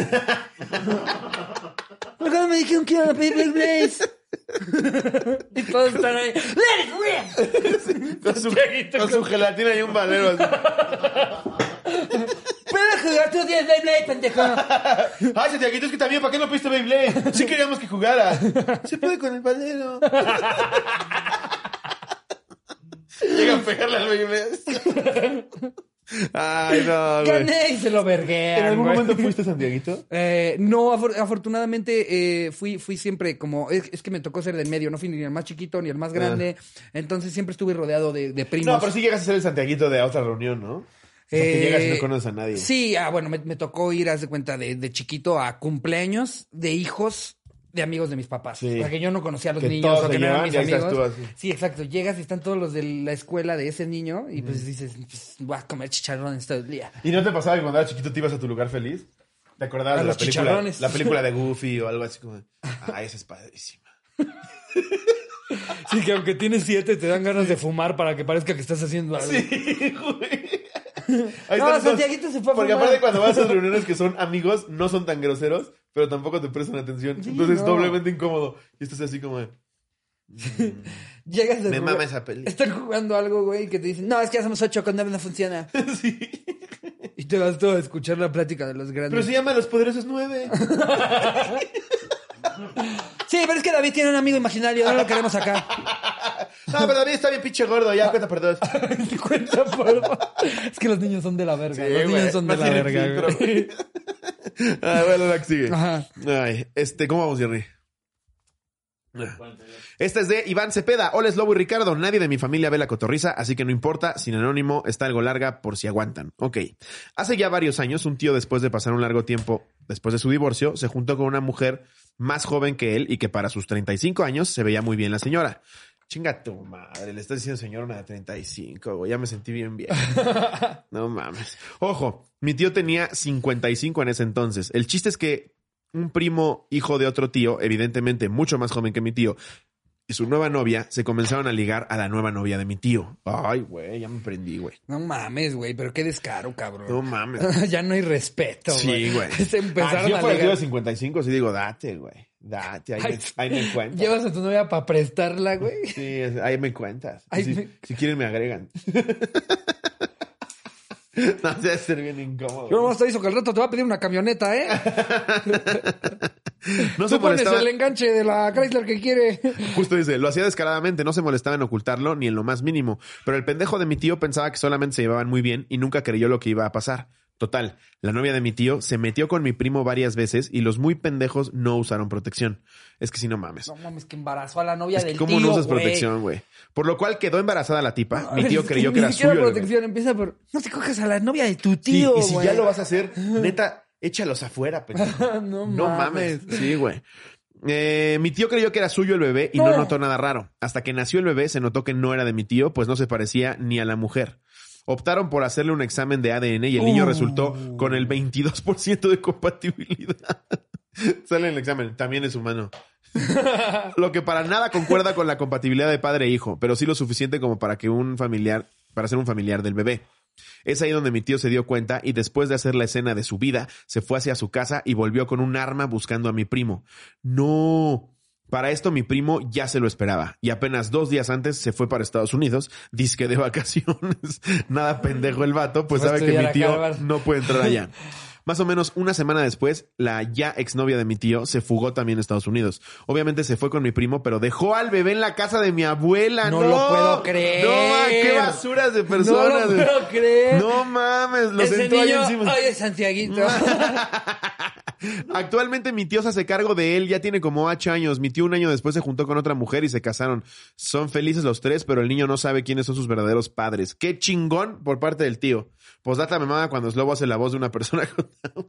Speaker 1: ¿Por qué no me dijeron que iban a pedir Beyblades? y todos están ahí. "Let it rip".
Speaker 2: Con su, con su gelatina y un valero así.
Speaker 1: ¡Puedes jugar tus 10 Beyblades, pendejo!
Speaker 2: Ay, Santiaguito, es que también, ¿para qué no pediste Beyblade? Sí queríamos que jugara. Se puede con el valero. Llega a pegarle al Beyblade. Ay, no, güey.
Speaker 1: ¡Gané! Y se lo vergué.
Speaker 2: ¿En algún momento fuiste Santiaguito?
Speaker 1: Eh, no, afor- afortunadamente eh, fui, fui siempre como. Es, es que me tocó ser del medio, no fui ni el más chiquito ni el más grande. Entonces siempre estuve rodeado de, de primos.
Speaker 2: Ah. No, pero sí llegas a ser el Santiaguito de otra reunión, ¿no? O sea, que
Speaker 1: Eh,
Speaker 2: llegas y no conoces a nadie.
Speaker 1: Sí, ah, bueno, me, me tocó ir, haz de cuenta, de, de chiquito a cumpleaños de hijos de amigos de mis papás.
Speaker 2: Sí.
Speaker 1: O sea, que yo no conocía a los
Speaker 2: Que
Speaker 1: niños
Speaker 2: todos
Speaker 1: o que
Speaker 2: se
Speaker 1: no eran
Speaker 2: llevan,
Speaker 1: mis
Speaker 2: y ahí estás
Speaker 1: amigos.
Speaker 2: tú así.
Speaker 1: Sí, exacto. Llegas y están todos los de la escuela de ese niño y pues dices, pues, voy a comer chicharrones todo el día.
Speaker 2: ¿Y no te pasaba que cuando eras chiquito te ibas a tu lugar feliz? ¿Te acordabas
Speaker 1: A
Speaker 2: de la
Speaker 1: los
Speaker 2: película,
Speaker 1: chicharrones.
Speaker 2: la película de Goofy o algo así como... Ay, esa es padrísima.
Speaker 1: Sí, que aunque tienes siete te dan ganas de fumar para que parezca que estás haciendo algo.
Speaker 2: Sí, güey. Ahí
Speaker 1: No,
Speaker 2: están todos-
Speaker 1: Santiaguito se fue a
Speaker 2: Porque
Speaker 1: fumar.
Speaker 2: aparte cuando vas a reuniones que son amigos, no son tan groseros, pero tampoco te prestan atención.
Speaker 1: Sí,
Speaker 2: Entonces es
Speaker 1: no.
Speaker 2: doblemente incómodo. Y estás así como... de,
Speaker 1: Llegas de
Speaker 2: Me
Speaker 1: jugar-
Speaker 2: mama esa peli.
Speaker 1: Están jugando algo, güey, y que te dicen, no, es que hacemos ocho cuando no funciona.
Speaker 2: Sí.
Speaker 1: Y te vas todo a escuchar la plática de los grandes.
Speaker 2: Pero se llama Los Poderosos Nueve.
Speaker 1: Sí, pero es que David tiene un amigo imaginario, no lo queremos acá.
Speaker 2: No, pero David está bien pinche gordo. Ya, cuenta por dos.
Speaker 1: Cuenta, por favor. Es que los niños son de la verga.
Speaker 2: Sí,
Speaker 1: los
Speaker 2: güey.
Speaker 1: niños son
Speaker 2: No
Speaker 1: de la
Speaker 2: tienen
Speaker 1: verga,
Speaker 2: filtro,
Speaker 1: güey.
Speaker 2: güey. ah, bueno, la que sigue.
Speaker 1: Ajá.
Speaker 2: Ay, este, ¿cómo vamos, Jerry? Esta es de Iván Cepeda. Hola, es Lobo y Ricardo. Nadie de mi familia ve la cotorriza, así que no importa. Sin anónimo, está algo larga por si aguantan. Ok. Hace ya varios años, un tío, después de pasar un largo tiempo después de su divorcio, se juntó con una mujer más joven que él y que para sus 35 años se veía muy bien la señora. Chinga tu madre, le estás diciendo señora una de 35, güey. Ya me sentí bien bien. No mames. Ojo, mi tío tenía 55 en ese entonces. El chiste es que un primo hijo de otro tío, evidentemente mucho más joven que mi tío, y su nueva novia se comenzaron a ligar a la nueva novia de mi tío. Ay, güey, ya me prendí, güey.
Speaker 1: No mames, güey, pero qué descaro, cabrón.
Speaker 2: No mames.
Speaker 1: ya no hay respeto, güey.
Speaker 2: Sí, güey.
Speaker 1: Se empezaron
Speaker 2: Ah, si yo
Speaker 1: a
Speaker 2: fuera el tío de
Speaker 1: ligar.
Speaker 2: 55, sí digo, date, güey. Date, ahí,
Speaker 1: Ay,
Speaker 2: me, ahí me cuentas.
Speaker 1: Llevas a tu novia para prestarla, güey.
Speaker 2: Sí, es- ahí me cuentas.
Speaker 1: Ahí
Speaker 2: si,
Speaker 1: me-
Speaker 2: si quieren, me agregan. no, se va a ser bien incómodo.
Speaker 1: Yo nomás te aviso que al rato te va a pedir una camioneta, ¿eh?
Speaker 2: No se
Speaker 1: Tú pones
Speaker 2: molestaban-
Speaker 1: el enganche de la Chrysler que quiere.
Speaker 2: Justo dice, lo hacía descaradamente, no se molestaba en ocultarlo ni en lo más mínimo, pero el pendejo de mi tío pensaba que solamente se llevaban muy bien y nunca creyó lo que iba a pasar. Total, la novia de mi tío se metió con mi primo varias veces y los muy pendejos no usaron protección. Es que si no mames.
Speaker 1: No mames, que embarazó a la novia
Speaker 2: Es que
Speaker 1: del
Speaker 2: ¿Cómo
Speaker 1: tío,
Speaker 2: no usas
Speaker 1: güey.
Speaker 2: protección, güey? Por lo cual quedó embarazada la tipa. Mi
Speaker 1: ver,
Speaker 2: tío
Speaker 1: es
Speaker 2: creyó que
Speaker 1: ni
Speaker 2: era suyo.
Speaker 1: siquiera
Speaker 2: el bebé.
Speaker 1: protección empieza por no te cojas a la novia de tu
Speaker 2: Sí,
Speaker 1: tío,
Speaker 2: y si
Speaker 1: güey".
Speaker 2: ya lo vas a hacer, neta, échalos afuera, pendejo.
Speaker 1: No mames.
Speaker 2: Sí, güey. Eh, mi tío creyó que era suyo el bebé y no. notó nada raro. Hasta que nació el bebé se notó que no era de mi tío, pues no se parecía ni a la mujer. Optaron por hacerle un examen de ADN y el niño
Speaker 1: Uh.
Speaker 2: resultó con el 22% de compatibilidad. Sale en el examen, también es humano. Lo que para nada concuerda con la compatibilidad de padre e hijo, pero sí lo suficiente como para que un familiar, para ser un familiar del bebé. Es ahí donde mi tío se dio cuenta y después de hacer la escena de su vida, se fue hacia su casa y volvió con un arma buscando a mi primo. No. Para esto mi primo ya se lo esperaba y apenas dos días antes se fue para Estados Unidos, disque de vacaciones. Nada pendejo el vato, pues
Speaker 1: Se va a
Speaker 2: sabe que
Speaker 1: estudiar
Speaker 2: mi
Speaker 1: acá,
Speaker 2: tío
Speaker 1: Álvaro.
Speaker 2: no puede entrar allá. Más o menos una semana después, la ya exnovia de mi tío se fugó también a Estados Unidos. Obviamente se fue con mi primo, pero dejó al bebé en la casa de mi abuela. No,
Speaker 1: No lo puedo creer.
Speaker 2: No, ma, qué basuras de personas.
Speaker 1: No lo puedo creer.
Speaker 2: No mames, lo
Speaker 1: Ese
Speaker 2: sentó ahí
Speaker 1: niño,
Speaker 2: encima.
Speaker 1: Oye, Santiaguito.
Speaker 2: Actualmente mi tío se hace cargo de él, ya tiene como ocho años. Mi tío un año después se juntó con otra mujer y se casaron. Son felices los tres, pero el niño no sabe quiénes son sus verdaderos padres. Qué chingón por parte del tío. Pues data mamada cuando Slobo hace la voz de una persona con Down.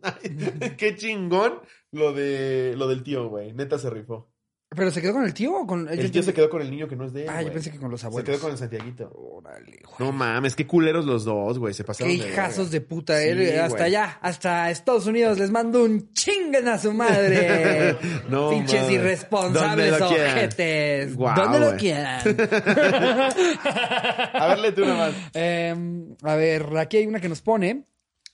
Speaker 2: Qué chingón lo de lo del tío, güey. Neta se rifó.
Speaker 1: ¿Pero se quedó con el tío o con
Speaker 2: El tío se quedó con el niño que no es de él.
Speaker 1: Ah, yo
Speaker 2: güey.
Speaker 1: pensé que con los
Speaker 2: se
Speaker 1: abuelos.
Speaker 2: quedó con el Santiaguito.
Speaker 1: Órale, güey.
Speaker 2: No mames, qué culeros los dos, güey. Se
Speaker 1: Qué
Speaker 2: pasaron. de
Speaker 1: hijazos
Speaker 2: verga.
Speaker 1: de puta,
Speaker 2: Sí,
Speaker 1: eh. hasta
Speaker 2: güey.
Speaker 1: allá, hasta Estados Unidos les mando un chinguen a su madre.
Speaker 2: No,
Speaker 1: Pinches
Speaker 2: madre.
Speaker 1: irresponsables
Speaker 2: Donde lo quieran.
Speaker 1: ojetes.
Speaker 2: Guau,
Speaker 1: Donde lo
Speaker 2: güey.
Speaker 1: quieran.
Speaker 2: A ver, léete una más.
Speaker 1: Em, a ver, aquí hay una que nos pone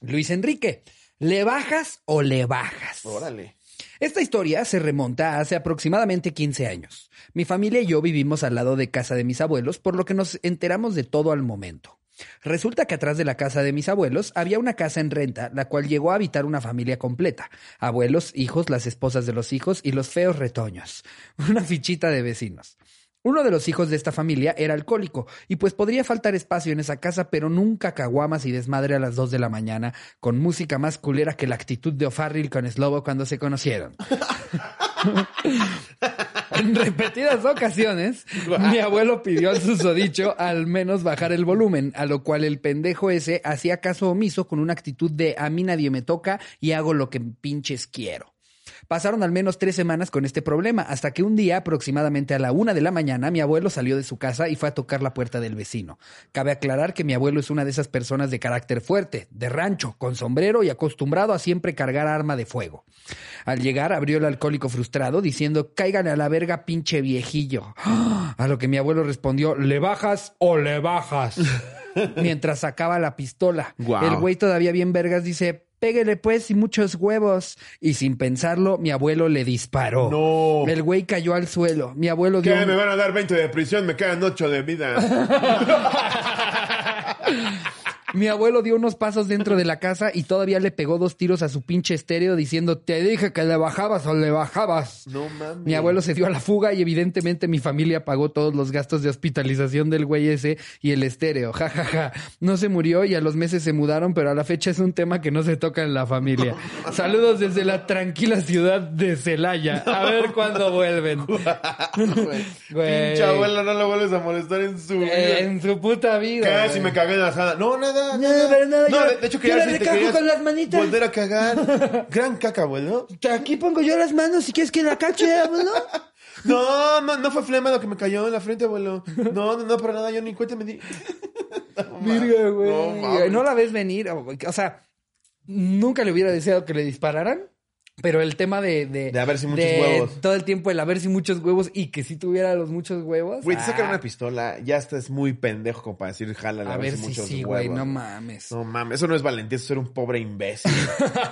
Speaker 1: Luis Enrique. ¿Le bajas o le bajas?
Speaker 2: Órale.
Speaker 1: Esta historia se remonta a hace aproximadamente 15 años. Mi familia y yo vivimos al lado de casa de mis abuelos, por lo que nos enteramos de todo al momento. Resulta que atrás de la casa de mis abuelos había una casa en renta, la cual llegó a habitar una familia completa. Abuelos, hijos, las esposas de los hijos y los feos retoños. Una fichita de vecinos. Uno de los hijos de esta familia era alcohólico y pues podría faltar espacio en esa casa, pero nunca caguamas y desmadre a las 2 de la mañana, con música más culera que la actitud de O'Farrill con Slobo cuando se conocieron. En repetidas ocasiones, mi abuelo pidió al susodicho al menos bajar el volumen, a lo cual el pendejo ese hacía caso omiso con una actitud de a mí nadie me toca y hago lo que pinches quiero. Pasaron al menos tres semanas con este problema, hasta que un día, aproximadamente a la una de la mañana, mi abuelo salió de su casa y fue a tocar la puerta del vecino. Cabe aclarar que mi abuelo es una de esas personas de carácter fuerte, de rancho, con sombrero y acostumbrado a siempre cargar arma de fuego. Al llegar, abrió el alcohólico frustrado, diciendo, cáigale a la verga, pinche viejillo. ¡Ah! A lo que mi abuelo respondió, ¿le bajas o le bajas? Mientras sacaba la pistola.
Speaker 2: Guau.
Speaker 1: El güey todavía bien vergas dice, péguele pues y muchos huevos. Y sin pensarlo, mi abuelo le disparó.
Speaker 2: No.
Speaker 1: El güey cayó al suelo. Mi abuelo dio...
Speaker 2: ¿Qué?
Speaker 1: un-
Speaker 2: Me van a dar 20 de prisión, me quedan 8 de vida.
Speaker 1: Mi abuelo dio unos pasos dentro de la casa y todavía le pegó dos tiros a su pinche estéreo diciendo, te dije que le bajabas o le bajabas.
Speaker 2: No mames.
Speaker 1: Mi abuelo se dio a la fuga y evidentemente mi familia pagó todos los gastos de hospitalización del güey ese y el estéreo. Ja, ja, ja. No se murió y a los meses se mudaron, pero a la fecha es un tema que no se toca en la familia. Saludos desde la tranquila ciudad de Celaya. A ver cuándo vuelven. Güey.
Speaker 2: Ah, Pinche abuelo, no lo vuelves a molestar en su vida.
Speaker 1: Eh, en su puta vida.
Speaker 2: ¿Qué?
Speaker 1: güey.
Speaker 2: Si me cagué en la asada. No, nada.
Speaker 1: No, pero nada, yo-
Speaker 2: de, de hecho,
Speaker 1: yo
Speaker 2: quería
Speaker 1: la
Speaker 2: ver si te
Speaker 1: recajo
Speaker 2: querías
Speaker 1: con las manitas.
Speaker 2: Volver a cagar. Gran caca, abuelo.
Speaker 1: Aquí pongo yo las manos si quieres que la cache, abuelo.
Speaker 2: No, ma- no fue flema lo que me cayó en la frente, abuelo. No, no, no, para nada. Yo ni cuenta me di.
Speaker 1: Virga, güey.
Speaker 2: No mames.
Speaker 1: No la ves venir. O o sea, nunca le hubiera deseado que le dispararan. Pero el tema de... De,
Speaker 2: De a ver si muchos
Speaker 1: de
Speaker 2: huevos.
Speaker 1: Todo el tiempo el a ver si muchos huevos y que si tuviera los muchos huevos.
Speaker 2: Güey, te sacan
Speaker 1: ah,
Speaker 2: una pistola. Ya estás muy pendejo como para decir, jálala.
Speaker 1: A ver si
Speaker 2: muchos
Speaker 1: sí, güey.
Speaker 2: huevos.
Speaker 1: No mames.
Speaker 2: No mames, eso no es valentía, eso es ser un pobre imbécil.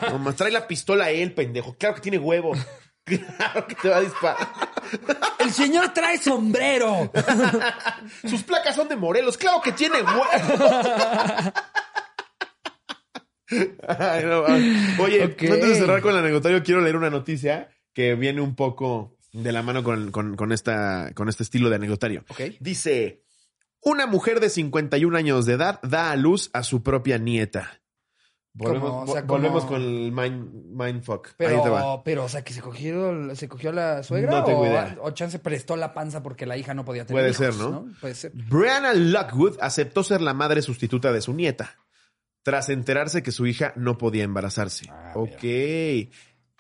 Speaker 2: No mames, trae la pistola a él, pendejo. Claro que tiene huevo. Claro que te va a disparar.
Speaker 1: ¡El señor trae sombrero!
Speaker 2: Sus placas son de Morelos, claro que tiene huevo. Ay, no mames. Oye,
Speaker 1: Ok.
Speaker 2: antes de cerrar con el anecdotario, quiero leer una noticia que viene un poco de la mano con, con- con esta, con este estilo de anecdotario.
Speaker 1: Ok.
Speaker 2: Dice, una mujer de 51 años de edad da a luz a su propia nieta.
Speaker 1: ¿Cómo?
Speaker 2: Volvemos,
Speaker 1: O sea,
Speaker 2: vo- volvemos
Speaker 1: ¿cómo?
Speaker 2: con el mind, mindfuck. Ahí te va.
Speaker 1: Pero, pero, o sea, que se cogió, se cogió la suegra
Speaker 2: No tengo
Speaker 1: o,
Speaker 2: idea.
Speaker 1: o chance prestó la panza porque la hija no podía tener
Speaker 2: Puede
Speaker 1: hijos,
Speaker 2: ser, ¿no?
Speaker 1: Puede ser.
Speaker 2: Brianna Lockwood aceptó ser la madre sustituta de su nieta, tras enterarse que su hija no podía embarazarse.
Speaker 1: Ah,
Speaker 2: ok.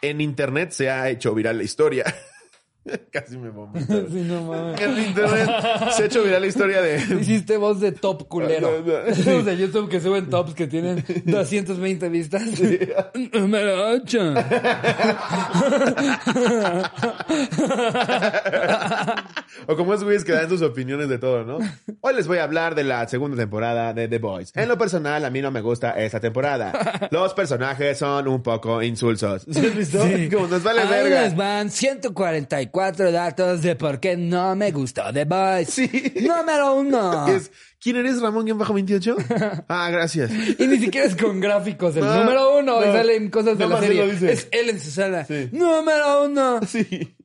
Speaker 2: En internet se ha hecho viral la historia. Casi me vomito.
Speaker 1: Sí, no mames.
Speaker 2: En internet se ha hecho viral la historia de...
Speaker 1: Hiciste voz de top culero.
Speaker 2: No, no, no.
Speaker 1: Esos de YouTube que suben tops que tienen 220 vistas. Número 8.
Speaker 2: o como esos güeyes que dan sus opiniones de todo, ¿no? Hoy les voy a hablar de la segunda temporada de The Boys. En lo personal, a mí no me gusta esta temporada. Los personajes son un poco insulsos. ¿Sí has visto? Como nos vale
Speaker 1: Ahí
Speaker 2: verga.
Speaker 1: les van 144 datos de por qué no me gustó The Boys.
Speaker 2: Sí.
Speaker 1: Número 1.
Speaker 2: Es, ¿Quién eres, Ramón Guión bajo 28? Ah, gracias.
Speaker 1: Y ni siquiera es con gráficos. El
Speaker 2: No,
Speaker 1: número 1. Y
Speaker 2: no.
Speaker 1: salen cosas de
Speaker 2: Nada
Speaker 1: la
Speaker 2: más él lo
Speaker 1: serie.
Speaker 2: dice.
Speaker 1: Es él en su sala.
Speaker 2: Sí.
Speaker 1: Número 1.
Speaker 2: Sí.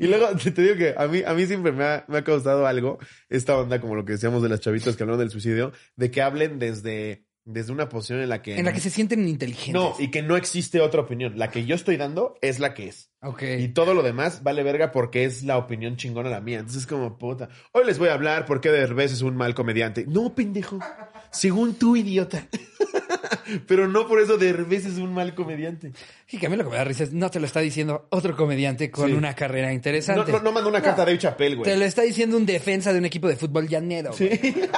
Speaker 2: y luego te, te digo que a mí, a mí siempre me ha, me ha causado algo esta onda, como lo que decíamos de las chavitas que hablaron del suicidio, de que hablen desde desde una posición en la que...
Speaker 1: En la que se sienten inteligentes.
Speaker 2: No, y que no existe otra opinión. La que yo estoy dando es la que es.
Speaker 1: Ok.
Speaker 2: Y todo lo demás vale verga porque es la opinión chingona la mía. Entonces es como, puta, hoy les voy a hablar por qué Derbez es un mal comediante. No, pendejo. Según tú, idiota. Pero no por eso Derbez es un mal comediante.
Speaker 1: Y que a mí lo que me da risa es, no te lo está diciendo otro comediante con
Speaker 2: Sí.
Speaker 1: una carrera
Speaker 2: No,
Speaker 1: interesante.
Speaker 2: no, no mandó una carta de Chapel,
Speaker 1: Te
Speaker 2: güey.
Speaker 1: lo está diciendo un defensa de un equipo de fútbol llanero. güey.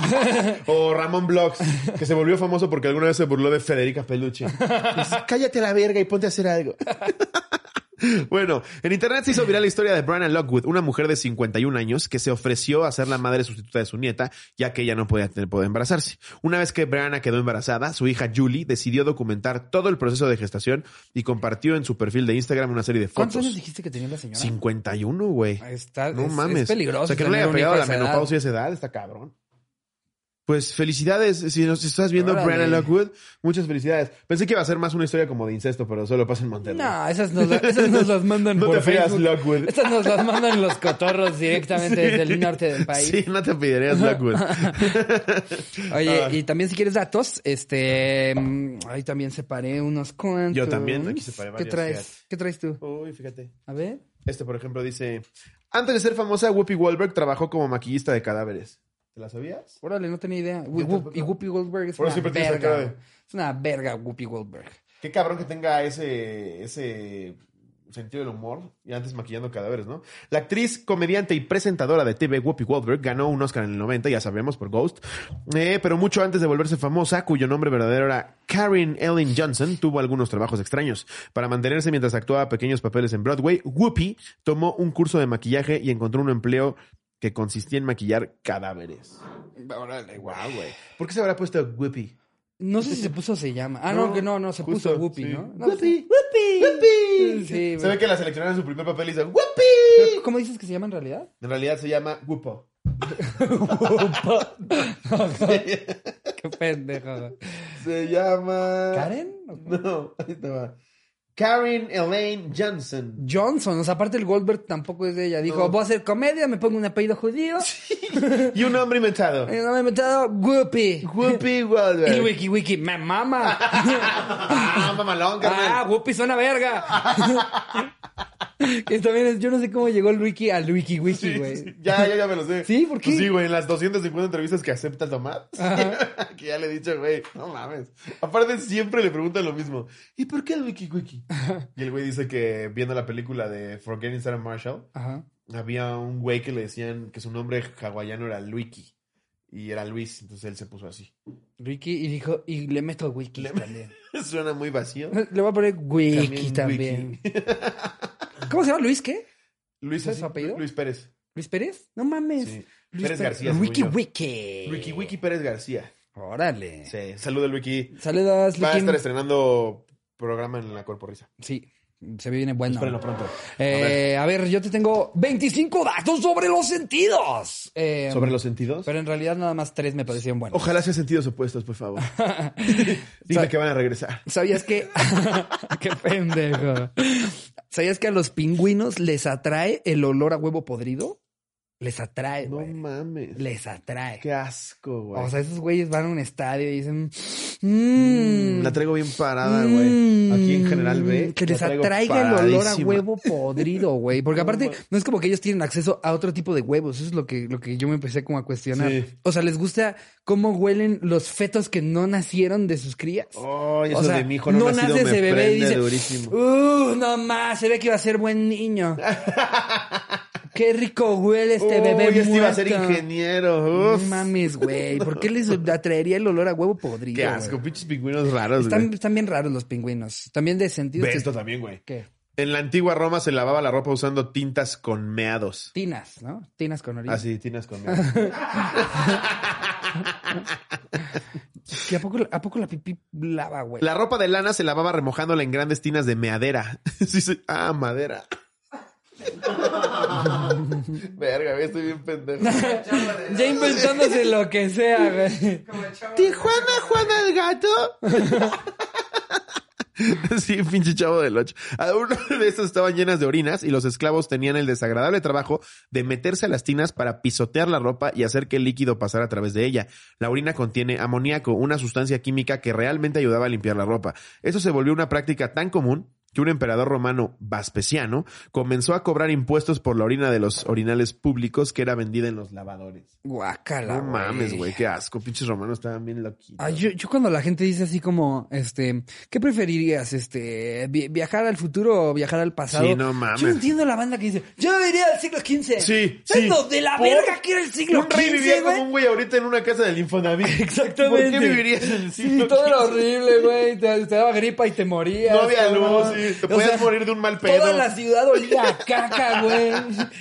Speaker 2: o Ramón Blogs, que se volvió famoso porque alguna vez se burló de Federica Peluche. Dices, Cállate la verga y ponte a hacer algo. Bueno, en internet se hizo viral la historia de Brianna Lockwood, una mujer de 51 años que se ofreció a ser la madre sustituta de su nieta, ya que ella no podía tener, poder embarazarse. Una vez que Brianna quedó embarazada, su hija Julie decidió documentar todo el proceso de gestación y compartió en su perfil de Instagram una serie de
Speaker 1: ¿Cuántos
Speaker 2: fotos.
Speaker 1: años dijiste que tenía la señora?
Speaker 2: 51, güey.
Speaker 1: Está-
Speaker 2: No
Speaker 1: es- es
Speaker 2: mames.
Speaker 1: peligroso
Speaker 2: O sea, que no le
Speaker 1: tener
Speaker 2: haya
Speaker 1: un hijo
Speaker 2: pegado
Speaker 1: a
Speaker 2: la
Speaker 1: esa edad.
Speaker 2: menopausia a esa edad, está cabrón. Pues felicidades, si nos estás viendo,
Speaker 1: Órale.
Speaker 2: Brianna Lockwood, muchas felicidades. Pensé que iba a ser más una historia como de incesto, pero solo pasa en Monterrey.
Speaker 1: No, esas nos, la- esas nos las mandan
Speaker 2: No
Speaker 1: por
Speaker 2: te feas,
Speaker 1: Facebook.
Speaker 2: Lockwood.
Speaker 1: Esas nos las mandan los cotorros directamente
Speaker 2: Sí.
Speaker 1: desde el norte del país.
Speaker 2: Sí, no te pedirías Lockwood.
Speaker 1: Oye,
Speaker 2: Ah.
Speaker 1: y también si quieres datos, este, mm, ahí también separé unos cuantos.
Speaker 2: Yo también, aquí separé
Speaker 1: ¿Qué
Speaker 2: varios,
Speaker 1: traes?
Speaker 2: fíjate.
Speaker 1: ¿Qué traes tú?
Speaker 2: Uy, fíjate.
Speaker 1: A ver.
Speaker 2: Este, por ejemplo, dice: Antes de ser famosa, Whoopi Goldberg trabajó como maquillista de cadáveres. ¿Te la sabías?
Speaker 1: Órale, no tenía idea. Whoop-
Speaker 2: tampoco.
Speaker 1: y Whoopi Goldberg es
Speaker 2: Por
Speaker 1: una
Speaker 2: eso siempre tienes la
Speaker 1: verga.
Speaker 2: cara de-
Speaker 1: güey. Es una verga Whoopi Goldberg.
Speaker 2: Qué cabrón que tenga ese, ese sentido del humor y antes maquillando cadáveres, ¿no? La actriz, comediante y presentadora de TV Whoopi Goldberg ganó un Oscar en el 90, ya sabemos, por Ghost. Eh, pero mucho antes de volverse famosa, cuyo nombre verdadero era Karen Ellen Johnson, tuvo algunos trabajos extraños. Para mantenerse mientras actuaba pequeños papeles en Broadway, Whoopi tomó un curso de maquillaje y encontró un empleo que consistía en maquillar cadáveres.
Speaker 1: Órale,
Speaker 2: Wow, güey. ¿Por qué se habrá puesto Whoopi?
Speaker 1: No sé si se puso o se llama. Ah, no, que no, no, se
Speaker 2: justo,
Speaker 1: puso Whoopi,
Speaker 2: sí.
Speaker 1: ¿no? No,
Speaker 2: Whoopi.
Speaker 1: Whoopi.
Speaker 2: Whoopi.
Speaker 1: Sí,
Speaker 2: se
Speaker 1: güey.
Speaker 2: ve que la seleccionaron en su primer papel y dice
Speaker 1: Pero,
Speaker 2: Whoopi.
Speaker 1: ¿Cómo dices que se llama en realidad?
Speaker 2: En realidad se llama Whoopo.
Speaker 1: Qué pendejo. güey.
Speaker 2: Se llama.
Speaker 1: ¿Karen?
Speaker 2: No, ahí te va. Karen Elaine Johnson.
Speaker 1: Johnson, o sea, aparte el Goldberg tampoco es de ella. Dijo,
Speaker 2: No.
Speaker 1: voy a hacer comedia, me pongo un apellido judío.
Speaker 2: Y un hombre inventado.
Speaker 1: Y no me he metido Whoopi.
Speaker 2: Whoopi
Speaker 1: Y el
Speaker 2: Goldberg.
Speaker 1: Wiki Wiki, me mama.
Speaker 2: ah, mamalón,
Speaker 1: ah,
Speaker 2: carnal.
Speaker 1: Whoopi suena verga. que también es, yo no sé cómo llegó el Wiki al Wiki Wiki,
Speaker 2: Sí,
Speaker 1: güey.
Speaker 2: sí, ya, ya, ya me lo sé.
Speaker 1: Sí, ¿por qué?
Speaker 2: Pues sí, güey, en las 250 entrevistas que acepta Tomás,
Speaker 1: Ajá.
Speaker 2: que ya le he dicho, güey, no mames. Aparte, siempre le preguntan lo mismo. ¿Y por qué el Wiki Wiki? Y el güey dice que viendo la película de Forgetting Sarah Marshall,
Speaker 1: Ajá.
Speaker 2: había un güey que le decían que su nombre hawaiano era Luiki. Y era Luis, entonces él se puso así.
Speaker 1: Wiki y dijo, y le meto Wiki también.
Speaker 2: Suena muy vacío.
Speaker 1: Le voy a poner Wiki
Speaker 2: También
Speaker 1: también. ¿Cómo se llama Luis qué?
Speaker 2: Luis,
Speaker 1: ¿Sabes su
Speaker 2: así,
Speaker 1: apellido?
Speaker 2: Luis Pérez.
Speaker 1: ¿Luis Pérez? No mames.
Speaker 2: Sí.
Speaker 1: Luis
Speaker 2: Pérez García, según
Speaker 1: Wiki
Speaker 2: yo.
Speaker 1: Wiki.
Speaker 2: Luiki Wiki Pérez García.
Speaker 1: Órale.
Speaker 2: Sí. Saluda, Luiki.
Speaker 1: Saludos,
Speaker 2: Va a
Speaker 1: Luquín.
Speaker 2: estar estrenando programa en la Corporrisa.
Speaker 1: Sí, se viene bueno.
Speaker 2: Espérenlo pronto.
Speaker 1: Eh, a, ver. yo te tengo 25 datos sobre los sentidos. Eh,
Speaker 2: ¿Sobre los sentidos?
Speaker 1: Pero en realidad nada más tres me parecían buenos.
Speaker 2: Ojalá sea sentidos opuestos, por favor. Dime que van a regresar.
Speaker 1: ¿Sabías que... ¡Qué pendejo! ¿Sabías que a los pingüinos les atrae el olor a huevo podrido? Les atrae,
Speaker 2: No
Speaker 1: Eh, güey.
Speaker 2: mames.
Speaker 1: Les atrae.
Speaker 2: Qué asco, güey.
Speaker 1: O sea, esos güeyes van a un estadio y dicen... "Mm,
Speaker 2: la traigo bien parada, güey. Aquí en General B.
Speaker 1: Que
Speaker 2: la
Speaker 1: les
Speaker 2: traigo
Speaker 1: atraiga el olor a
Speaker 2: paradísima.
Speaker 1: huevo podrido, güey. Porque
Speaker 2: No,
Speaker 1: aparte,
Speaker 2: güey.
Speaker 1: no es como que ellos tienen acceso a otro tipo de huevos. Eso es lo que, lo que yo me empecé como a cuestionar.
Speaker 2: Sí.
Speaker 1: O sea, les gusta cómo huelen los fetos que no nacieron de sus crías.
Speaker 2: Ay, eso
Speaker 1: o sea,
Speaker 2: de mi hijo no, nacido
Speaker 1: nace
Speaker 2: me
Speaker 1: ese bebé y
Speaker 2: prende
Speaker 1: dice,
Speaker 2: durísimo.
Speaker 1: uh, no más, se ve que iba a ser buen niño. Qué rico huele este bebé
Speaker 2: Uy, este iba a ser
Speaker 1: muerto.
Speaker 2: ingeniero.
Speaker 1: No
Speaker 2: Uf.
Speaker 1: mames, güey. ¿Por qué les atraería el olor a huevo podrido?
Speaker 2: Qué
Speaker 1: güey?
Speaker 2: asco, pinches pingüinos raros, güey.
Speaker 1: Están, están bien raros los pingüinos. También de sentido.
Speaker 2: Ve
Speaker 1: que-
Speaker 2: esto también, güey.
Speaker 1: ¿Qué?
Speaker 2: En la antigua Roma se lavaba la ropa usando tintas con meados.
Speaker 1: Tinas, ¿no? Tinas con orina.
Speaker 2: Así, tintas Ah, con meados.
Speaker 1: ¿Que a, poco, ¿A poco la pipí lava, güey?
Speaker 2: La ropa de lana se lavaba remojándola en grandes tinas de meadera. Sí, sí. Ah, madera. Verga, güey, estoy bien pendejo.
Speaker 1: Ya inventándose lo que sea, güey.
Speaker 2: Tijuana, Juana el gato. Sí, pinche chavo del ocho. A uno de estos estaban llenas de orinas y los esclavos tenían el desagradable trabajo de meterse a las tinas para pisotear la ropa y hacer que el líquido pasara a través de ella. La orina contiene amoníaco, una sustancia química que realmente ayudaba a limpiar la ropa. Esto se volvió una práctica tan común que un emperador romano Vespasiano comenzó a cobrar impuestos por la orina de los orinales públicos que era vendida en los lavadores.
Speaker 1: Guácala.
Speaker 2: No mames, güey, qué asco. Pinches romanos estaban bien loquitos.
Speaker 1: Ah, Ay, yo, yo cuando la gente dice así como, este, ¿qué preferirías? Este, vi- viajar al futuro o viajar al pasado.
Speaker 2: Sí, no mames.
Speaker 1: Yo no entiendo la banda que dice, yo viviría al siglo XV.
Speaker 2: Sí,
Speaker 1: ¿Sabes
Speaker 2: sí.
Speaker 1: lo de la
Speaker 2: ¿Por?
Speaker 1: verga que era el siglo
Speaker 2: un rey
Speaker 1: XV,
Speaker 2: vivía
Speaker 1: güey?
Speaker 2: como un güey ahorita en una casa del Infonavit.
Speaker 1: Exactamente.
Speaker 2: ¿Por qué vivirías en el siglo
Speaker 1: Sí, todo era
Speaker 2: XV?
Speaker 1: horrible, güey. Te, te daba gripa y te morías.
Speaker 2: No había
Speaker 1: cabrón.
Speaker 2: luz, sí. Te
Speaker 1: O
Speaker 2: podías
Speaker 1: sea,
Speaker 2: morir de un mal pedo.
Speaker 1: Toda la ciudad olía a caca, güey.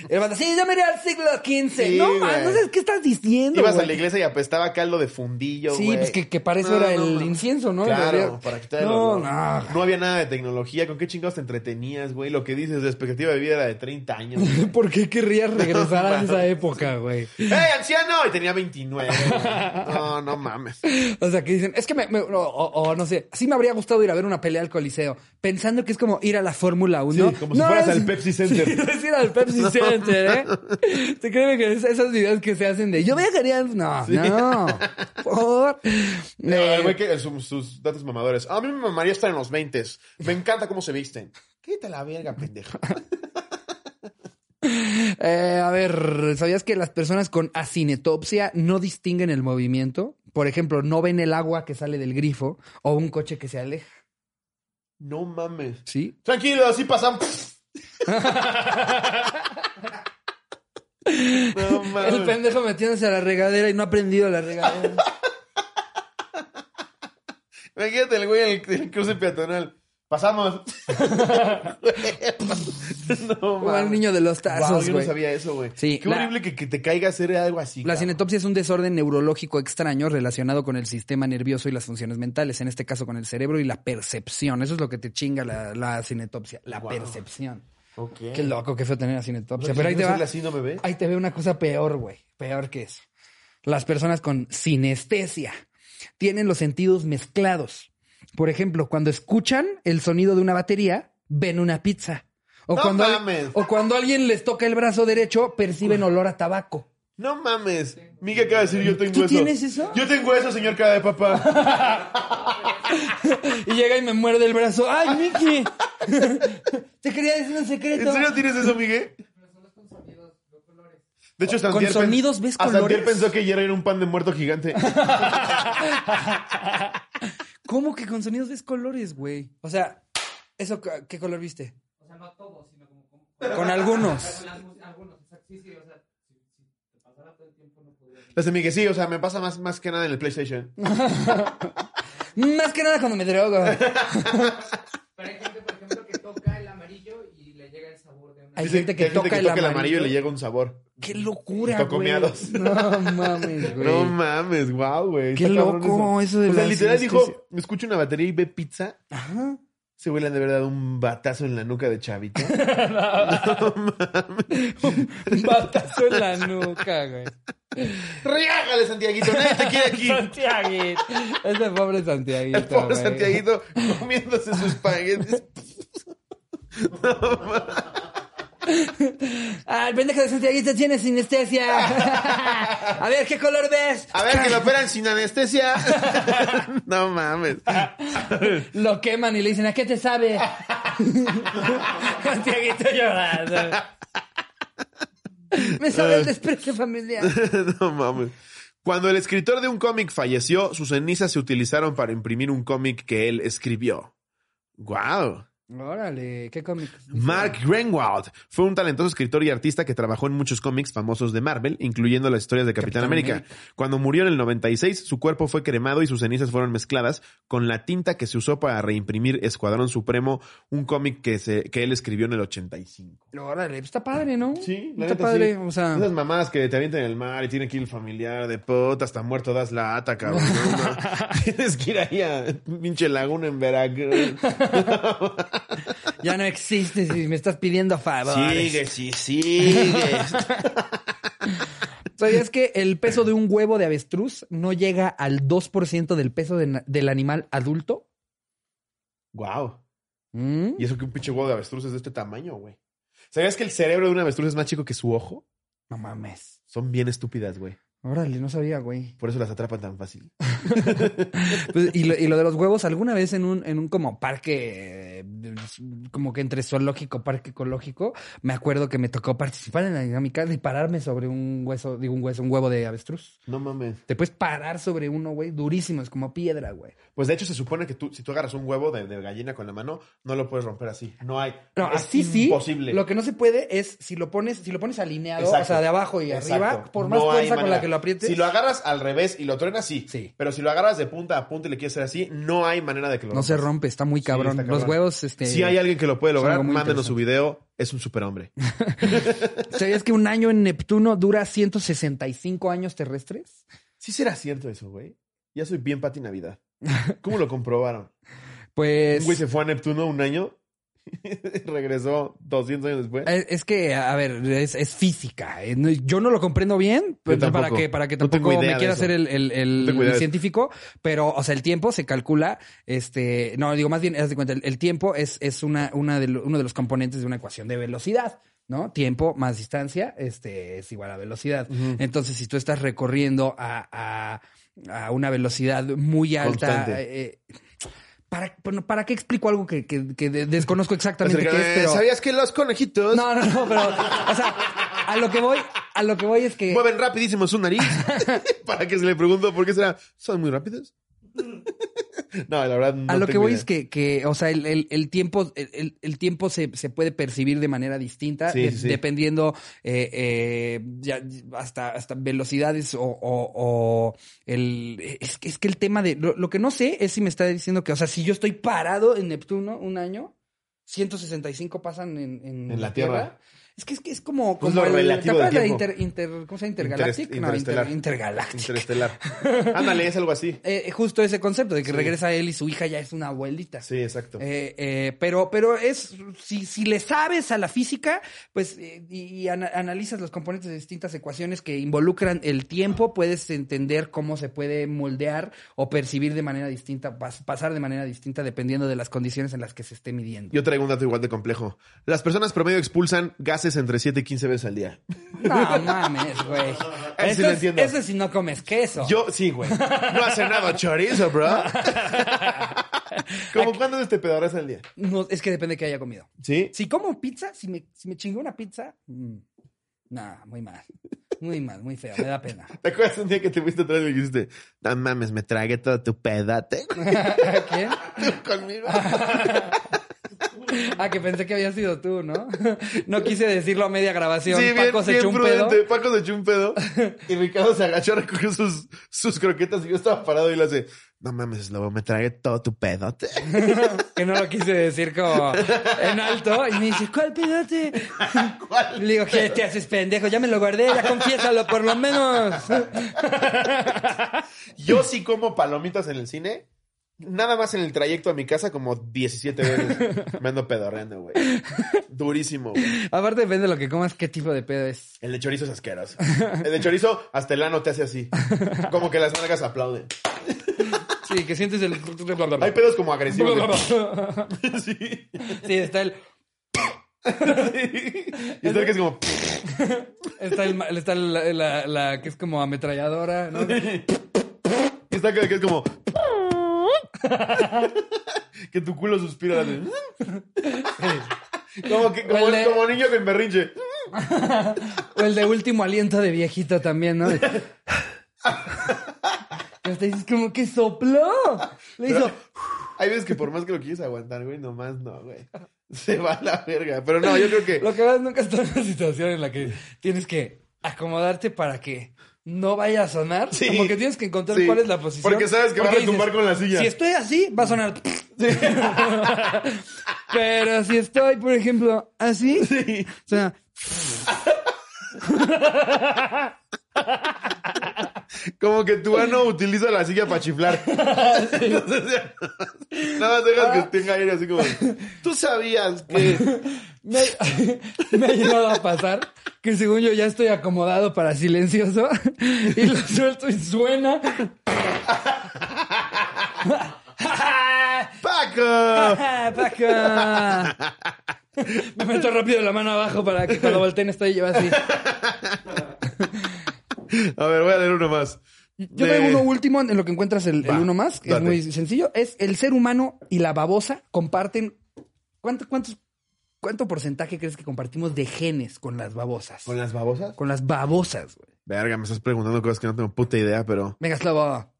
Speaker 1: El banda, sí, yo me iría al siglo XV.
Speaker 2: Sí,
Speaker 1: no,
Speaker 2: güey.
Speaker 1: man, no sé qué estás diciendo,
Speaker 2: Ibas a
Speaker 1: güey?
Speaker 2: la iglesia y apestaba caldo de fundillo,
Speaker 1: Sí,
Speaker 2: güey.
Speaker 1: pues que- que para eso
Speaker 2: No,
Speaker 1: era
Speaker 2: no,
Speaker 1: el
Speaker 2: no.
Speaker 1: incienso, ¿no? En
Speaker 2: Claro,
Speaker 1: realidad.
Speaker 2: para quitar el
Speaker 1: No,
Speaker 2: olor.
Speaker 1: no.
Speaker 2: No había nada de tecnología. ¿Con qué chingados te entretenías, güey? Lo que dices, la expectativa de vida era de 30 años. güey.
Speaker 1: ¿Por qué querrías regresar a
Speaker 2: No,
Speaker 1: esa época, güey?
Speaker 2: ¡Eh, anciano! Y tenía 29. güey. No, no mames.
Speaker 1: O sea, que dicen, es que me, me- o, o- o no sé, sí me habría gustado ir a ver una pelea al Coliseo, pensando que es como ir a la Fórmula 1.
Speaker 2: Sí, como
Speaker 1: No,
Speaker 2: si fueras
Speaker 1: es-
Speaker 2: al Pepsi Center.
Speaker 1: Sí, es ir al Pepsi Center, ¿eh? Te creen que es- esos videos que se hacen de yo viajaría al... No, no. Por...
Speaker 2: Eh,
Speaker 1: Eh,
Speaker 2: güey, que sus, sus datos mamadores. A mí me mamaría estar en los 20. Me encanta cómo se visten. Quítate la verga, pendejo.
Speaker 1: Eh, a ver, ¿sabías que las personas con acinetopsia no distinguen el movimiento? Por ejemplo, no ven el agua que sale del grifo o un coche que se aleja.
Speaker 2: No mames.
Speaker 1: ¿Sí?
Speaker 2: Tranquilo, así pasan. no
Speaker 1: El
Speaker 2: mames.
Speaker 1: pendejo metiéndose a la regadera y no ha aprendido la regadera.
Speaker 2: Imagínate el güey del del cruce peatonal. Pasamos. no
Speaker 1: o al niño de los
Speaker 2: Guau,
Speaker 1: tazos,
Speaker 2: yo
Speaker 1: güey.
Speaker 2: no sabía eso, güey.
Speaker 1: Sí,
Speaker 2: Qué
Speaker 1: la-
Speaker 2: horrible que, que te caiga hacer algo así.
Speaker 1: La
Speaker 2: cabrón.
Speaker 1: cinetopsia es un desorden neurológico extraño relacionado con el sistema nervioso y las funciones mentales, en este caso con el cerebro y la percepción. Eso es lo que te chinga la, la cinetopsia, la
Speaker 2: Wow.
Speaker 1: percepción.
Speaker 2: Ok.
Speaker 1: Qué loco, qué feo tener la cinetopsia.
Speaker 2: O sea,
Speaker 1: Pero ahí
Speaker 2: si
Speaker 1: te
Speaker 2: no
Speaker 1: va.
Speaker 2: sale así, no me ve.
Speaker 1: Ahí te veo una cosa peor, güey. Peor que eso. Las personas con sinestesia tienen los sentidos mezclados. Por ejemplo, cuando escuchan el sonido de una batería, ven una pizza. O,
Speaker 2: ¡No
Speaker 1: cuando, al-
Speaker 2: mames!
Speaker 1: o cuando alguien les toca el brazo derecho, perciben olor a tabaco.
Speaker 2: No mames. Miguel acaba de decir, yo tengo
Speaker 1: ¿Tú
Speaker 2: eso.
Speaker 1: tienes eso?
Speaker 2: Yo tengo eso, señor cara de papá.
Speaker 1: Y llega y me muerde el brazo. ¡Ay, Mickey! Te quería decir un
Speaker 2: ¿En
Speaker 1: secreto.
Speaker 2: serio tienes eso, Miguel? De hecho,
Speaker 1: Con
Speaker 2: Santier pen-
Speaker 1: sonidos ves
Speaker 2: a Santier
Speaker 1: colores.
Speaker 2: pensó que ayer era un pan de muerto gigante.
Speaker 1: ¿Cómo que con sonidos ves colores, güey? O sea, ¿eso ca- qué color viste?
Speaker 4: O sea, no todos, sino como. como
Speaker 1: Con algunos.
Speaker 4: con las mus- algunos, o sea, sí, sí, o sea, si, si te pasara todo el tiempo no podrías.
Speaker 2: Las de Miguel, sí, o sea, me pasa más, más que nada en el PlayStation.
Speaker 1: Más que nada cuando me drogo.
Speaker 4: Pero hay gente, por ejemplo, que toca el amarillo y le llega el sabor de una.
Speaker 1: Hay
Speaker 2: Dice
Speaker 1: gente que toca el amarillo.
Speaker 2: y le llega un sabor.
Speaker 1: ¡Qué locura,
Speaker 2: Tocó
Speaker 1: güey!
Speaker 2: miados.
Speaker 1: No mames, güey.
Speaker 2: No mames, wow, güey.
Speaker 1: Qué
Speaker 2: Está cabrón
Speaker 1: loco eso de
Speaker 2: O sea,
Speaker 1: la
Speaker 2: literal dijo,
Speaker 1: sinestesia.
Speaker 2: me escucho una batería y ve pizza.
Speaker 1: Ajá.
Speaker 2: Se vuelan de verdad un batazo en la nuca de Chavito. no mames.
Speaker 1: Un batazo en la nuca, güey.
Speaker 2: Reágale, Santiaguito. Nadie te quiere aquí.
Speaker 1: Santiaguito. Ese pobre Santiaguito,
Speaker 2: El pobre
Speaker 1: güey.
Speaker 2: Santiaguito comiéndose sus paquetes.
Speaker 1: Ah, el pendejo de Santiaguito tiene sinestesia. A ver, ¿qué color ves?
Speaker 2: A ver, que lo operan sin anestesia. no mames.
Speaker 1: Lo queman y le dicen, ¿a qué te sabe? Santiaguito llorando. Me sabe el desprecio familiar.
Speaker 2: no mames. Cuando el escritor de un cómic falleció, sus cenizas se utilizaron para imprimir un cómic que él escribió. ¡Guau!
Speaker 1: Órale, qué cómico.
Speaker 2: Mark Greenwald fue un talentoso escritor y artista que trabajó en muchos cómics famosos de Marvel, incluyendo las historias de
Speaker 1: Capitán
Speaker 2: Capitán, América.
Speaker 1: América.
Speaker 2: Cuando murió en el 96, su cuerpo fue cremado y sus cenizas fueron mezcladas con la tinta que se usó para reimprimir Escuadrón Supremo, un cómic que, se- que él escribió en el 85.
Speaker 1: Órale, pues está padre, ¿no?
Speaker 2: la
Speaker 1: está
Speaker 2: neta,
Speaker 1: padre.
Speaker 2: sí.
Speaker 1: O sea,
Speaker 2: Esas mamadas que te avientan en el mar y tiene que ir el familiar de puta, hasta muerto das la ata, cabrón. No, no. Tienes que ir ahí a pinche laguna en Veracruz.
Speaker 1: ya no existe si me estás pidiendo favores.
Speaker 2: Sigue, sí, sigue.
Speaker 1: ¿Sabías que el peso de un huevo de avestruz no llega al 2% del peso de na- del animal adulto?
Speaker 2: Wow.
Speaker 1: ¿Mm?
Speaker 2: Y eso que un pinche huevo de avestruz es de este tamaño, güey. ¿Sabías que el cerebro de una avestruz es más chico que su ojo?
Speaker 1: No mames.
Speaker 2: Son bien estúpidas, güey.
Speaker 1: Órale, no sabía, güey.
Speaker 2: Por eso las atrapan tan fácil.
Speaker 1: Pues, y, lo, y lo de los huevos, alguna vez en un, en un como parque, eh, como que entre zoológico, parque ecológico, me acuerdo que me tocó participar en la dinámica de pararme sobre un hueso, digo un hueso, un huevo de avestruz.
Speaker 2: No mames.
Speaker 1: Te puedes parar sobre uno, güey, durísimo, es como piedra, güey.
Speaker 2: Pues de hecho se supone que tú, si tú agarras un huevo de, de gallina con la mano, no lo puedes romper así. No hay.
Speaker 1: No,
Speaker 2: es
Speaker 1: así sí.
Speaker 2: Imposible.
Speaker 1: Lo que no se puede es si lo pones, si lo pones alineado,
Speaker 2: Exacto.
Speaker 1: o sea, de abajo y arriba,
Speaker 2: Exacto.
Speaker 1: por más
Speaker 2: No hay
Speaker 1: fuerza con la
Speaker 2: manera.
Speaker 1: que lo aprietes.
Speaker 2: Si lo agarras al revés y lo truenas, sí.
Speaker 1: Sí.
Speaker 2: Pero si lo agarras de punta a punta y le quieres hacer así, no hay manera de que lo
Speaker 1: No se
Speaker 2: rompas.
Speaker 1: rompe, está muy
Speaker 2: Sí,
Speaker 1: cabrón.
Speaker 2: está
Speaker 1: Los
Speaker 2: cabrón.
Speaker 1: huevos, este.
Speaker 2: Si hay alguien que lo puede lograr,
Speaker 1: algo muy
Speaker 2: mándenos su video. Es un superhombre.
Speaker 1: ¿Sabías que un año en Neptuno dura 165 años terrestres?
Speaker 2: ¿Sí será cierto eso, güey? Ya soy bien pati Navidad. ¿Cómo lo comprobaron? Un
Speaker 1: Pues.
Speaker 2: güey se fue a Neptuno un año, regresó 200 años después.
Speaker 1: Es Eh, es que, a ver, es, es física. Eh, no- Yo no lo comprendo bien, pero para
Speaker 2: tampoco.
Speaker 1: que, para que
Speaker 2: No tengo
Speaker 1: tampoco
Speaker 2: idea
Speaker 1: me
Speaker 2: de
Speaker 1: quiera
Speaker 2: eso.
Speaker 1: hacer el, el- el-
Speaker 2: No tengo
Speaker 1: el
Speaker 2: idea de eso.
Speaker 1: científico, pero, o sea, el tiempo se calcula, este, no, digo, más bien, haz de cuenta, el, el tiempo es, es una, una de lo- uno de los componentes de una ecuación de velocidad. ¿No? Tiempo más distancia, este, es igual a velocidad. Entonces, si tú estás recorriendo a, a- a una velocidad muy alta,
Speaker 2: Constante.
Speaker 1: eh, ¿para, bueno, ¿para qué explico algo que, que- que de- desconozco exactamente qué
Speaker 2: Acerca-
Speaker 1: es?
Speaker 2: eh,
Speaker 1: Pero...
Speaker 2: ¿Sabías que los conejitos
Speaker 1: No, no, no, pero, o sea, a lo que voy, a lo que voy es que,
Speaker 2: mueven rapidísimo su nariz? Para que se le pregunto por qué será. ¿Son muy rápidos? no, la verdad no
Speaker 1: a lo que
Speaker 2: tengo
Speaker 1: voy
Speaker 2: idea.
Speaker 1: es que, que, o sea, el, el- el tiempo, el- el, el tiempo se, se puede percibir de manera distinta,
Speaker 2: Sí,
Speaker 1: de-
Speaker 2: sí, sí.
Speaker 1: dependiendo, eh, eh, ya- hasta, hasta velocidades o, o- o el, es, que- es que el tema de, lo, lo que no sé es si me está diciendo que, o sea, si yo estoy parado en Neptuno un año, 165 pasan en, en,
Speaker 2: En la Tierra.
Speaker 1: Es que es, que es como,
Speaker 2: Pues
Speaker 1: como
Speaker 2: lo
Speaker 1: el,
Speaker 2: relativo
Speaker 1: ¿te acuerdas
Speaker 2: del
Speaker 1: la
Speaker 2: tiempo.
Speaker 1: inter, inter- ¿cómo se llama? Intergalactic?
Speaker 2: Interest-
Speaker 1: No, inter-
Speaker 2: interestelar.
Speaker 1: intergaláctica.
Speaker 2: Interestelar. Ándale, es algo así.
Speaker 1: Eh, justo ese concepto de que
Speaker 2: Sí.
Speaker 1: regresa él y su hija ya es una abuelita.
Speaker 2: Sí, exacto.
Speaker 1: Eh, eh, pero, pero es, si, si le sabes a la física, pues, eh, y, y ana- analizas los componentes de distintas ecuaciones que involucran el tiempo, puedes entender cómo se puede moldear o percibir de manera distinta, pas- pasar de manera distinta dependiendo de las condiciones en las que se esté midiendo.
Speaker 2: Yo traigo un dato igual de complejo. Las personas promedio expulsan gases entre 7 y 15 veces al día.
Speaker 1: No mames, güey.
Speaker 2: Eso sí
Speaker 1: Eso
Speaker 2: lo
Speaker 1: es-
Speaker 2: entiendo.
Speaker 1: Eso si no comes queso.
Speaker 2: Yo sí, güey. No ha cenado chorizo, bro. ¿Cómo cuándo es este pedorazo al día?
Speaker 1: No, es que depende de qué haya comido.
Speaker 2: ¿Sí?
Speaker 1: Si como pizza, si me, si me chingué una pizza, mm, nah, muy mal. Muy mal, muy feo, me da pena.
Speaker 2: ¿Te acuerdas un día que te fuiste atrás y me dijiste, no mames, me tragué todo tu pedate
Speaker 1: ¿Quién?
Speaker 2: conmigo?
Speaker 1: Ah, que pensé que había sido tú, ¿no? No quise decirlo a media grabación.
Speaker 2: Sí, bien,
Speaker 1: Paco se
Speaker 2: bien
Speaker 1: echó un
Speaker 2: prudente.
Speaker 1: pedo.
Speaker 2: Paco se echó un pedo y Ricardo se agachó a recoger sus, sus croquetas y yo estaba parado y le hace, no mames, lobo, me tragué todo tu pedote.
Speaker 1: Que no lo quise decir como en alto. Y me dice, ¿cuál pedote?
Speaker 2: ¿Cuál?
Speaker 1: Le digo, ¿qué te haces pendejo? Ya me lo guardé, ya confiésalo por lo menos.
Speaker 2: Yo sí como palomitas en el cine. Nada más en el trayecto a mi casa, como 17 veces me ando pedorreando, güey. Durísimo, güey.
Speaker 1: Aparte depende de lo que comas, qué tipo de pedo es.
Speaker 2: El de chorizo es asqueroso. El de chorizo, hasta el ano te hace así. Como que las nalgas aplauden.
Speaker 1: Sí, que sientes el...
Speaker 2: Hay pedos como agresivos. de- sí.
Speaker 1: Sí, está el...
Speaker 2: Y está el que es como...
Speaker 1: Está, el, ma- está la, la- la que es como ametralladora, ¿no?
Speaker 2: Y está el que es como... que tu culo suspira. así. como, que, como,
Speaker 1: O el de-
Speaker 2: como niño con berrinche.
Speaker 1: O el de último aliento de viejito también, ¿no? Hasta dices como que sopló. Le hizo.
Speaker 2: Hay veces que por más que lo quieres aguantar, güey, nomás no, güey. Se va a la verga. Pero no, yo creo que...
Speaker 1: Lo que vas nunca está en una situación en la que tienes que acomodarte para que no vaya a sonar.
Speaker 2: Sí.
Speaker 1: Como que tienes que encontrar
Speaker 2: Sí.
Speaker 1: cuál es la posición.
Speaker 2: Porque sabes que vas a
Speaker 1: dices,
Speaker 2: tumbar con la silla.
Speaker 1: Si estoy así, va a sonar. Pero si estoy, por ejemplo, así,
Speaker 2: Sí.
Speaker 1: suena.
Speaker 2: Como que tu ano utiliza la silla para chiflar. Entonces, ya, nada
Speaker 1: Ah.
Speaker 2: más dejas que tenga aire así como... Tú sabías que...
Speaker 1: Me, me ha llegado a pasar que según yo ya estoy acomodado para silencioso y lo suelto y suena.
Speaker 2: ¡Paco!
Speaker 1: caca. Me meto rápido la mano abajo para que cuando volteen estoy yo así.
Speaker 2: A ver, voy a leer uno más.
Speaker 1: Yo
Speaker 2: De-
Speaker 1: traigo uno último en lo que encuentras el, el
Speaker 2: Va,
Speaker 1: uno más, que es
Speaker 2: date.
Speaker 1: muy sencillo. Es el ser humano y la babosa comparten. ¿Cuánto, cuántos, cuánto porcentaje crees que compartimos de genes con las babosas?
Speaker 2: ¿Con las babosas?
Speaker 1: Con las babosas, güey.
Speaker 2: Verga, me estás preguntando cosas que no tengo puta idea, pero...
Speaker 1: Venga, Slobo.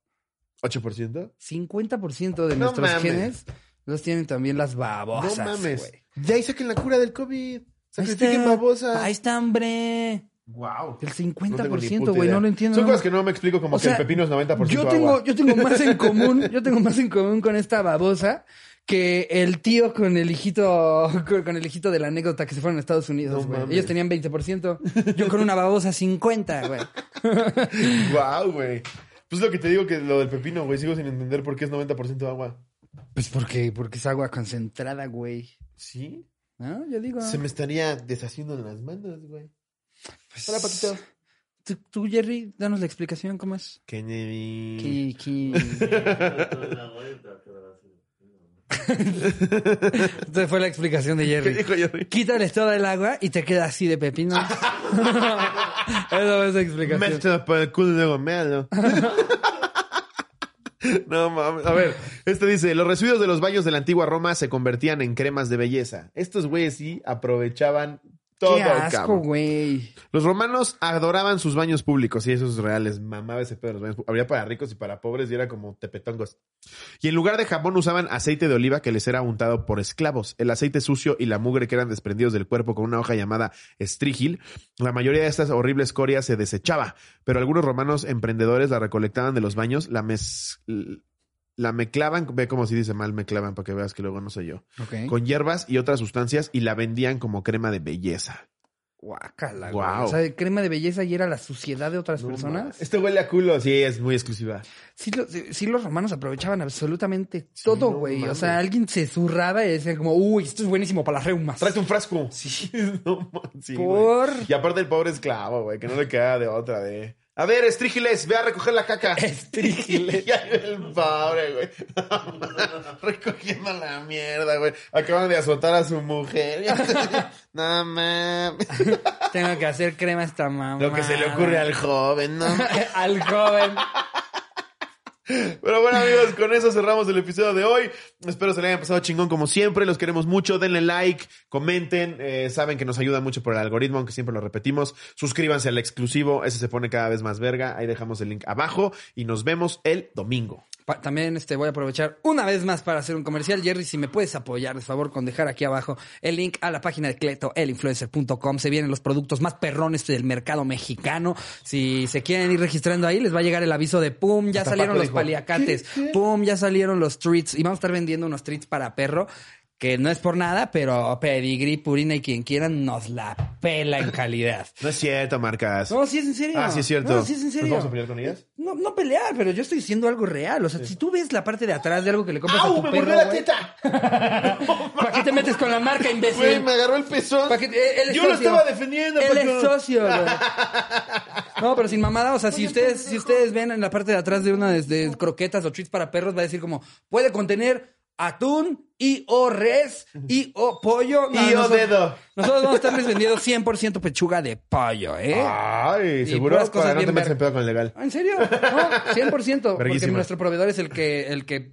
Speaker 2: ¿8%?
Speaker 1: 50% de
Speaker 2: No
Speaker 1: nuestros
Speaker 2: mames.
Speaker 1: genes los tienen también las babosas.
Speaker 2: no mames.
Speaker 1: güey.
Speaker 2: De ahí saquen la cura del COVID.
Speaker 1: Ahí
Speaker 2: Sacrifiquen
Speaker 1: está.
Speaker 2: babosas.
Speaker 1: Ahí está, hombre.
Speaker 2: Wow.
Speaker 1: El 50%, güey, no, lo entiendo.
Speaker 2: Son
Speaker 1: no.
Speaker 2: cosas que no me explico, como
Speaker 1: O
Speaker 2: que
Speaker 1: sea,
Speaker 2: el pepino es 90%
Speaker 1: yo tengo,
Speaker 2: agua.
Speaker 1: yo tengo más en común, yo tengo más en común con esta babosa que el tío con el hijito, con, con el hijito de la anécdota que se fueron a Estados Unidos,
Speaker 2: No
Speaker 1: güey.
Speaker 2: mames.
Speaker 1: Ellos tenían 20%. Yo con una babosa 50, güey.
Speaker 2: Wow, güey. Pues lo que te digo que lo del pepino, güey, sigo sin entender por qué es 90% agua.
Speaker 1: Pues porque, porque es agua concentrada, güey.
Speaker 2: ¿Sí?
Speaker 1: ¿No? Yo digo.
Speaker 2: Se me estaría deshaciendo en las manos, güey.
Speaker 1: pues,
Speaker 2: Hola, Paquito.
Speaker 1: Tú, tú, Jerry, danos la explicación, ¿cómo es? Ki-
Speaker 2: Kennedy.
Speaker 1: ki- Esta fue la explicación de
Speaker 2: ¿Qué
Speaker 1: Jerry.
Speaker 2: dijo Jerry?
Speaker 1: Quítales toda el agua y te queda así de pepino. Esa es la explicación.
Speaker 2: Mételo por el culo y luego méalo. No mames. A ver, este dice: Los residuos de los baños de la antigua Roma se convertían en cremas de belleza. Estos güeyes sí aprovechaban todo,
Speaker 1: Qué asco,
Speaker 2: cabrón.
Speaker 1: güey.
Speaker 2: Los romanos adoraban sus baños públicos, y eso es real, les mamaba ese pedo de los baños públicos. Había para ricos y para pobres, y era como tepetongos. Y en lugar de jabón usaban aceite de oliva que les era untado por esclavos. El aceite sucio y la mugre que eran desprendidos del cuerpo con una hoja llamada estrígil. La mayoría de estas horribles corias se desechaba, pero algunos romanos emprendedores la recolectaban de los baños, la mez- La mezclaban, ve como si dice mal, mezclaban para que veas que luego no soy yo.
Speaker 1: Ok.
Speaker 2: Con hierbas y otras sustancias y la vendían como crema de belleza.
Speaker 1: Guácala,
Speaker 2: Guau.
Speaker 1: güey. O sea, crema de belleza y era la suciedad de otras
Speaker 2: No
Speaker 1: personas.
Speaker 2: mames. Este huele a culo, sí, es muy exclusiva.
Speaker 1: Sí, lo- sí- sí los romanos aprovechaban absolutamente
Speaker 2: Sí,
Speaker 1: todo,
Speaker 2: no
Speaker 1: güey. o
Speaker 2: mames.
Speaker 1: sea, alguien se zurraba y decía como, uy, esto es buenísimo para las reumas.
Speaker 2: Tráete un frasco. Sí, no man- sí, güey.
Speaker 1: Por...
Speaker 2: Y aparte el pobre esclavo, güey, que no le queda de otra de. A ver, estrígiles, ve a recoger la caca.
Speaker 1: Estrígiles.
Speaker 2: Y ahí el pobre, güey. Recogiendo la mierda, güey. Acaban de azotar a su mujer. no mames.
Speaker 1: Tengo que hacer crema a esta mamá.
Speaker 2: Lo que se le ocurre al joven, ¿no?
Speaker 1: al joven.
Speaker 2: Pero bueno, amigos, con eso cerramos el episodio de hoy. Espero se le hayan pasado chingón como siempre. Los queremos mucho. Denle like, comenten. eh, saben que nos ayuda mucho por el algoritmo, aunque siempre lo repetimos. Suscríbanse al exclusivo. Ese se pone cada vez más verga. Ahí dejamos el link abajo. Y nos vemos el domingo.
Speaker 1: Pa- También este, voy a aprovechar una vez más para hacer un comercial. Jerry, si me puedes apoyar, de favor, con dejar aquí abajo el link a la página de Cleto, elinfluencer.com. Se vienen los productos más perrones del mercado mexicano. Si se quieren ir registrando ahí, les va a llegar el aviso de pum, ya
Speaker 2: Hasta
Speaker 1: salieron
Speaker 2: Paco
Speaker 1: los
Speaker 2: dijo,
Speaker 1: paliacates, pum, ya salieron los treats. Y vamos a estar vendiendo unos treats para perro. Que no es por nada, pero pedigrí, purina y quien quieran nos la pela en calidad.
Speaker 2: No es cierto, marcas.
Speaker 1: No, sí es en serio.
Speaker 2: Ah, sí es cierto.
Speaker 1: No, sí es en serio.
Speaker 2: ¿Nos vamos a pelear con ellas?
Speaker 1: No, no pelear, pero yo estoy diciendo algo real. O sea, si tú ves la parte de atrás de algo que le compras a
Speaker 2: ¡Au!
Speaker 1: tu
Speaker 2: ¡Me
Speaker 1: perro,
Speaker 2: mordió la
Speaker 1: güey,
Speaker 2: teta!
Speaker 1: ¿Para qué te metes con la marca,
Speaker 2: Güey,
Speaker 1: imbécil?
Speaker 2: me agarró el pezón.
Speaker 1: ¿Para qué- eh, él es
Speaker 2: Yo lo
Speaker 1: socio.
Speaker 2: estaba defendiendo, pues,
Speaker 1: Él
Speaker 2: Paco.
Speaker 1: es socio, güey. No, pero sin mamada, o sea, si ustedes, si ustedes ven en la parte de atrás de una de, de croquetas o treats para perros, va a decir como, puede contener atún y o res y o pollo. No,
Speaker 2: Y o
Speaker 1: nosotros-
Speaker 2: dedo.
Speaker 1: Nosotros vamos a estarles vendiendo 100% pechuga de pollo, ¿eh?
Speaker 2: Ah, Ay,
Speaker 1: Y
Speaker 2: seguro
Speaker 1: puras cosas
Speaker 2: para no te
Speaker 1: bien
Speaker 2: metas
Speaker 1: ver-
Speaker 2: en pedo con el legal.
Speaker 1: ¿En serio? No, 100%. porque
Speaker 2: Verguísima.
Speaker 1: nuestro proveedor es el que, el que,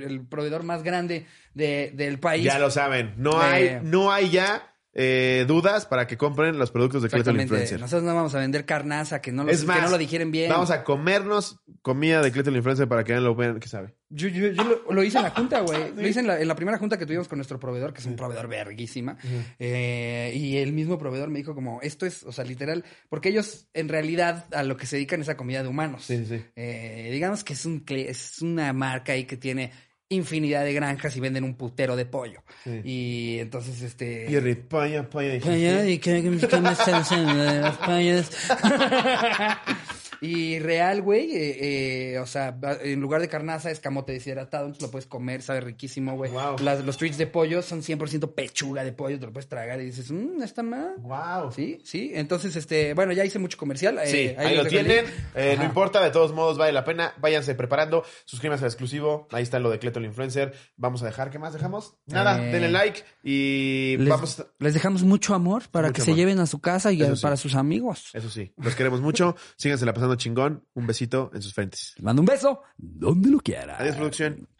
Speaker 1: el proveedor más grande de- del país.
Speaker 2: Ya lo saben. No
Speaker 1: Eh.
Speaker 2: hay, no hay ya eh, dudas para que compren los productos de Cleto el
Speaker 1: Exactamente.
Speaker 2: Influencer.
Speaker 1: Nosotros no vamos a vender carnaza, que no lo,
Speaker 2: es más,
Speaker 1: que no lo digieren bien.
Speaker 2: vamos a comernos comida de Cleto el Influencer para que vean lo vean que sabe.
Speaker 1: Yo, yo- yo lo, lo hice en la junta,
Speaker 2: Ah,
Speaker 1: güey. Lo hice en la, en la primera junta que tuvimos con nuestro proveedor, que es un proveedor verguísima. Eh, y el mismo proveedor me dijo como, esto es, o sea, literal, porque ellos en realidad a lo que se dedican es a comida de humanos.
Speaker 2: Sí, sí.
Speaker 1: Eh, digamos que es, un, cle- es una marca ahí que tiene infinidad de granjas y venden un putero de pollo.
Speaker 2: Sí.
Speaker 1: Y entonces, este...
Speaker 2: Jerry, paya, paya.
Speaker 1: Pollo, ¿y qué, qué- qué me están diciendo de los pollos? Y real, güey, eh, eh, o sea, va- en lugar de carnaza es camote deshidratado, entonces lo puedes comer, sabe riquísimo, güey.
Speaker 2: Guau.
Speaker 1: Las- Los treats de pollo son 100% pechuga de pollo, te lo puedes tragar y dices, mmm, está mal.
Speaker 2: Wow.
Speaker 1: Sí, sí. Entonces, este, bueno, ya hice mucho comercial. eh,
Speaker 2: Sí, ahí, lo
Speaker 1: recomendé.
Speaker 2: tienen. Eh, no
Speaker 1: Ajá.
Speaker 2: importa, de todos modos vale la pena. Váyanse preparando. Suscríbanse al exclusivo. Ahí está lo de Cleto el Influencer. Vamos a dejar. ¿Qué más dejamos? Nada,
Speaker 1: Eh,
Speaker 2: denle like y
Speaker 1: Les,
Speaker 2: vamos. a-
Speaker 1: les dejamos mucho amor para
Speaker 2: Mucho
Speaker 1: que se
Speaker 2: amor.
Speaker 1: lleven a su casa y
Speaker 2: Eso
Speaker 1: a-
Speaker 2: sí.
Speaker 1: para sus amigos.
Speaker 2: Eso sí, los queremos mucho. Síganse la pasando chingón. Un besito en sus frentes.
Speaker 1: Les mando un beso donde lo quiera.
Speaker 2: Adiós, producción.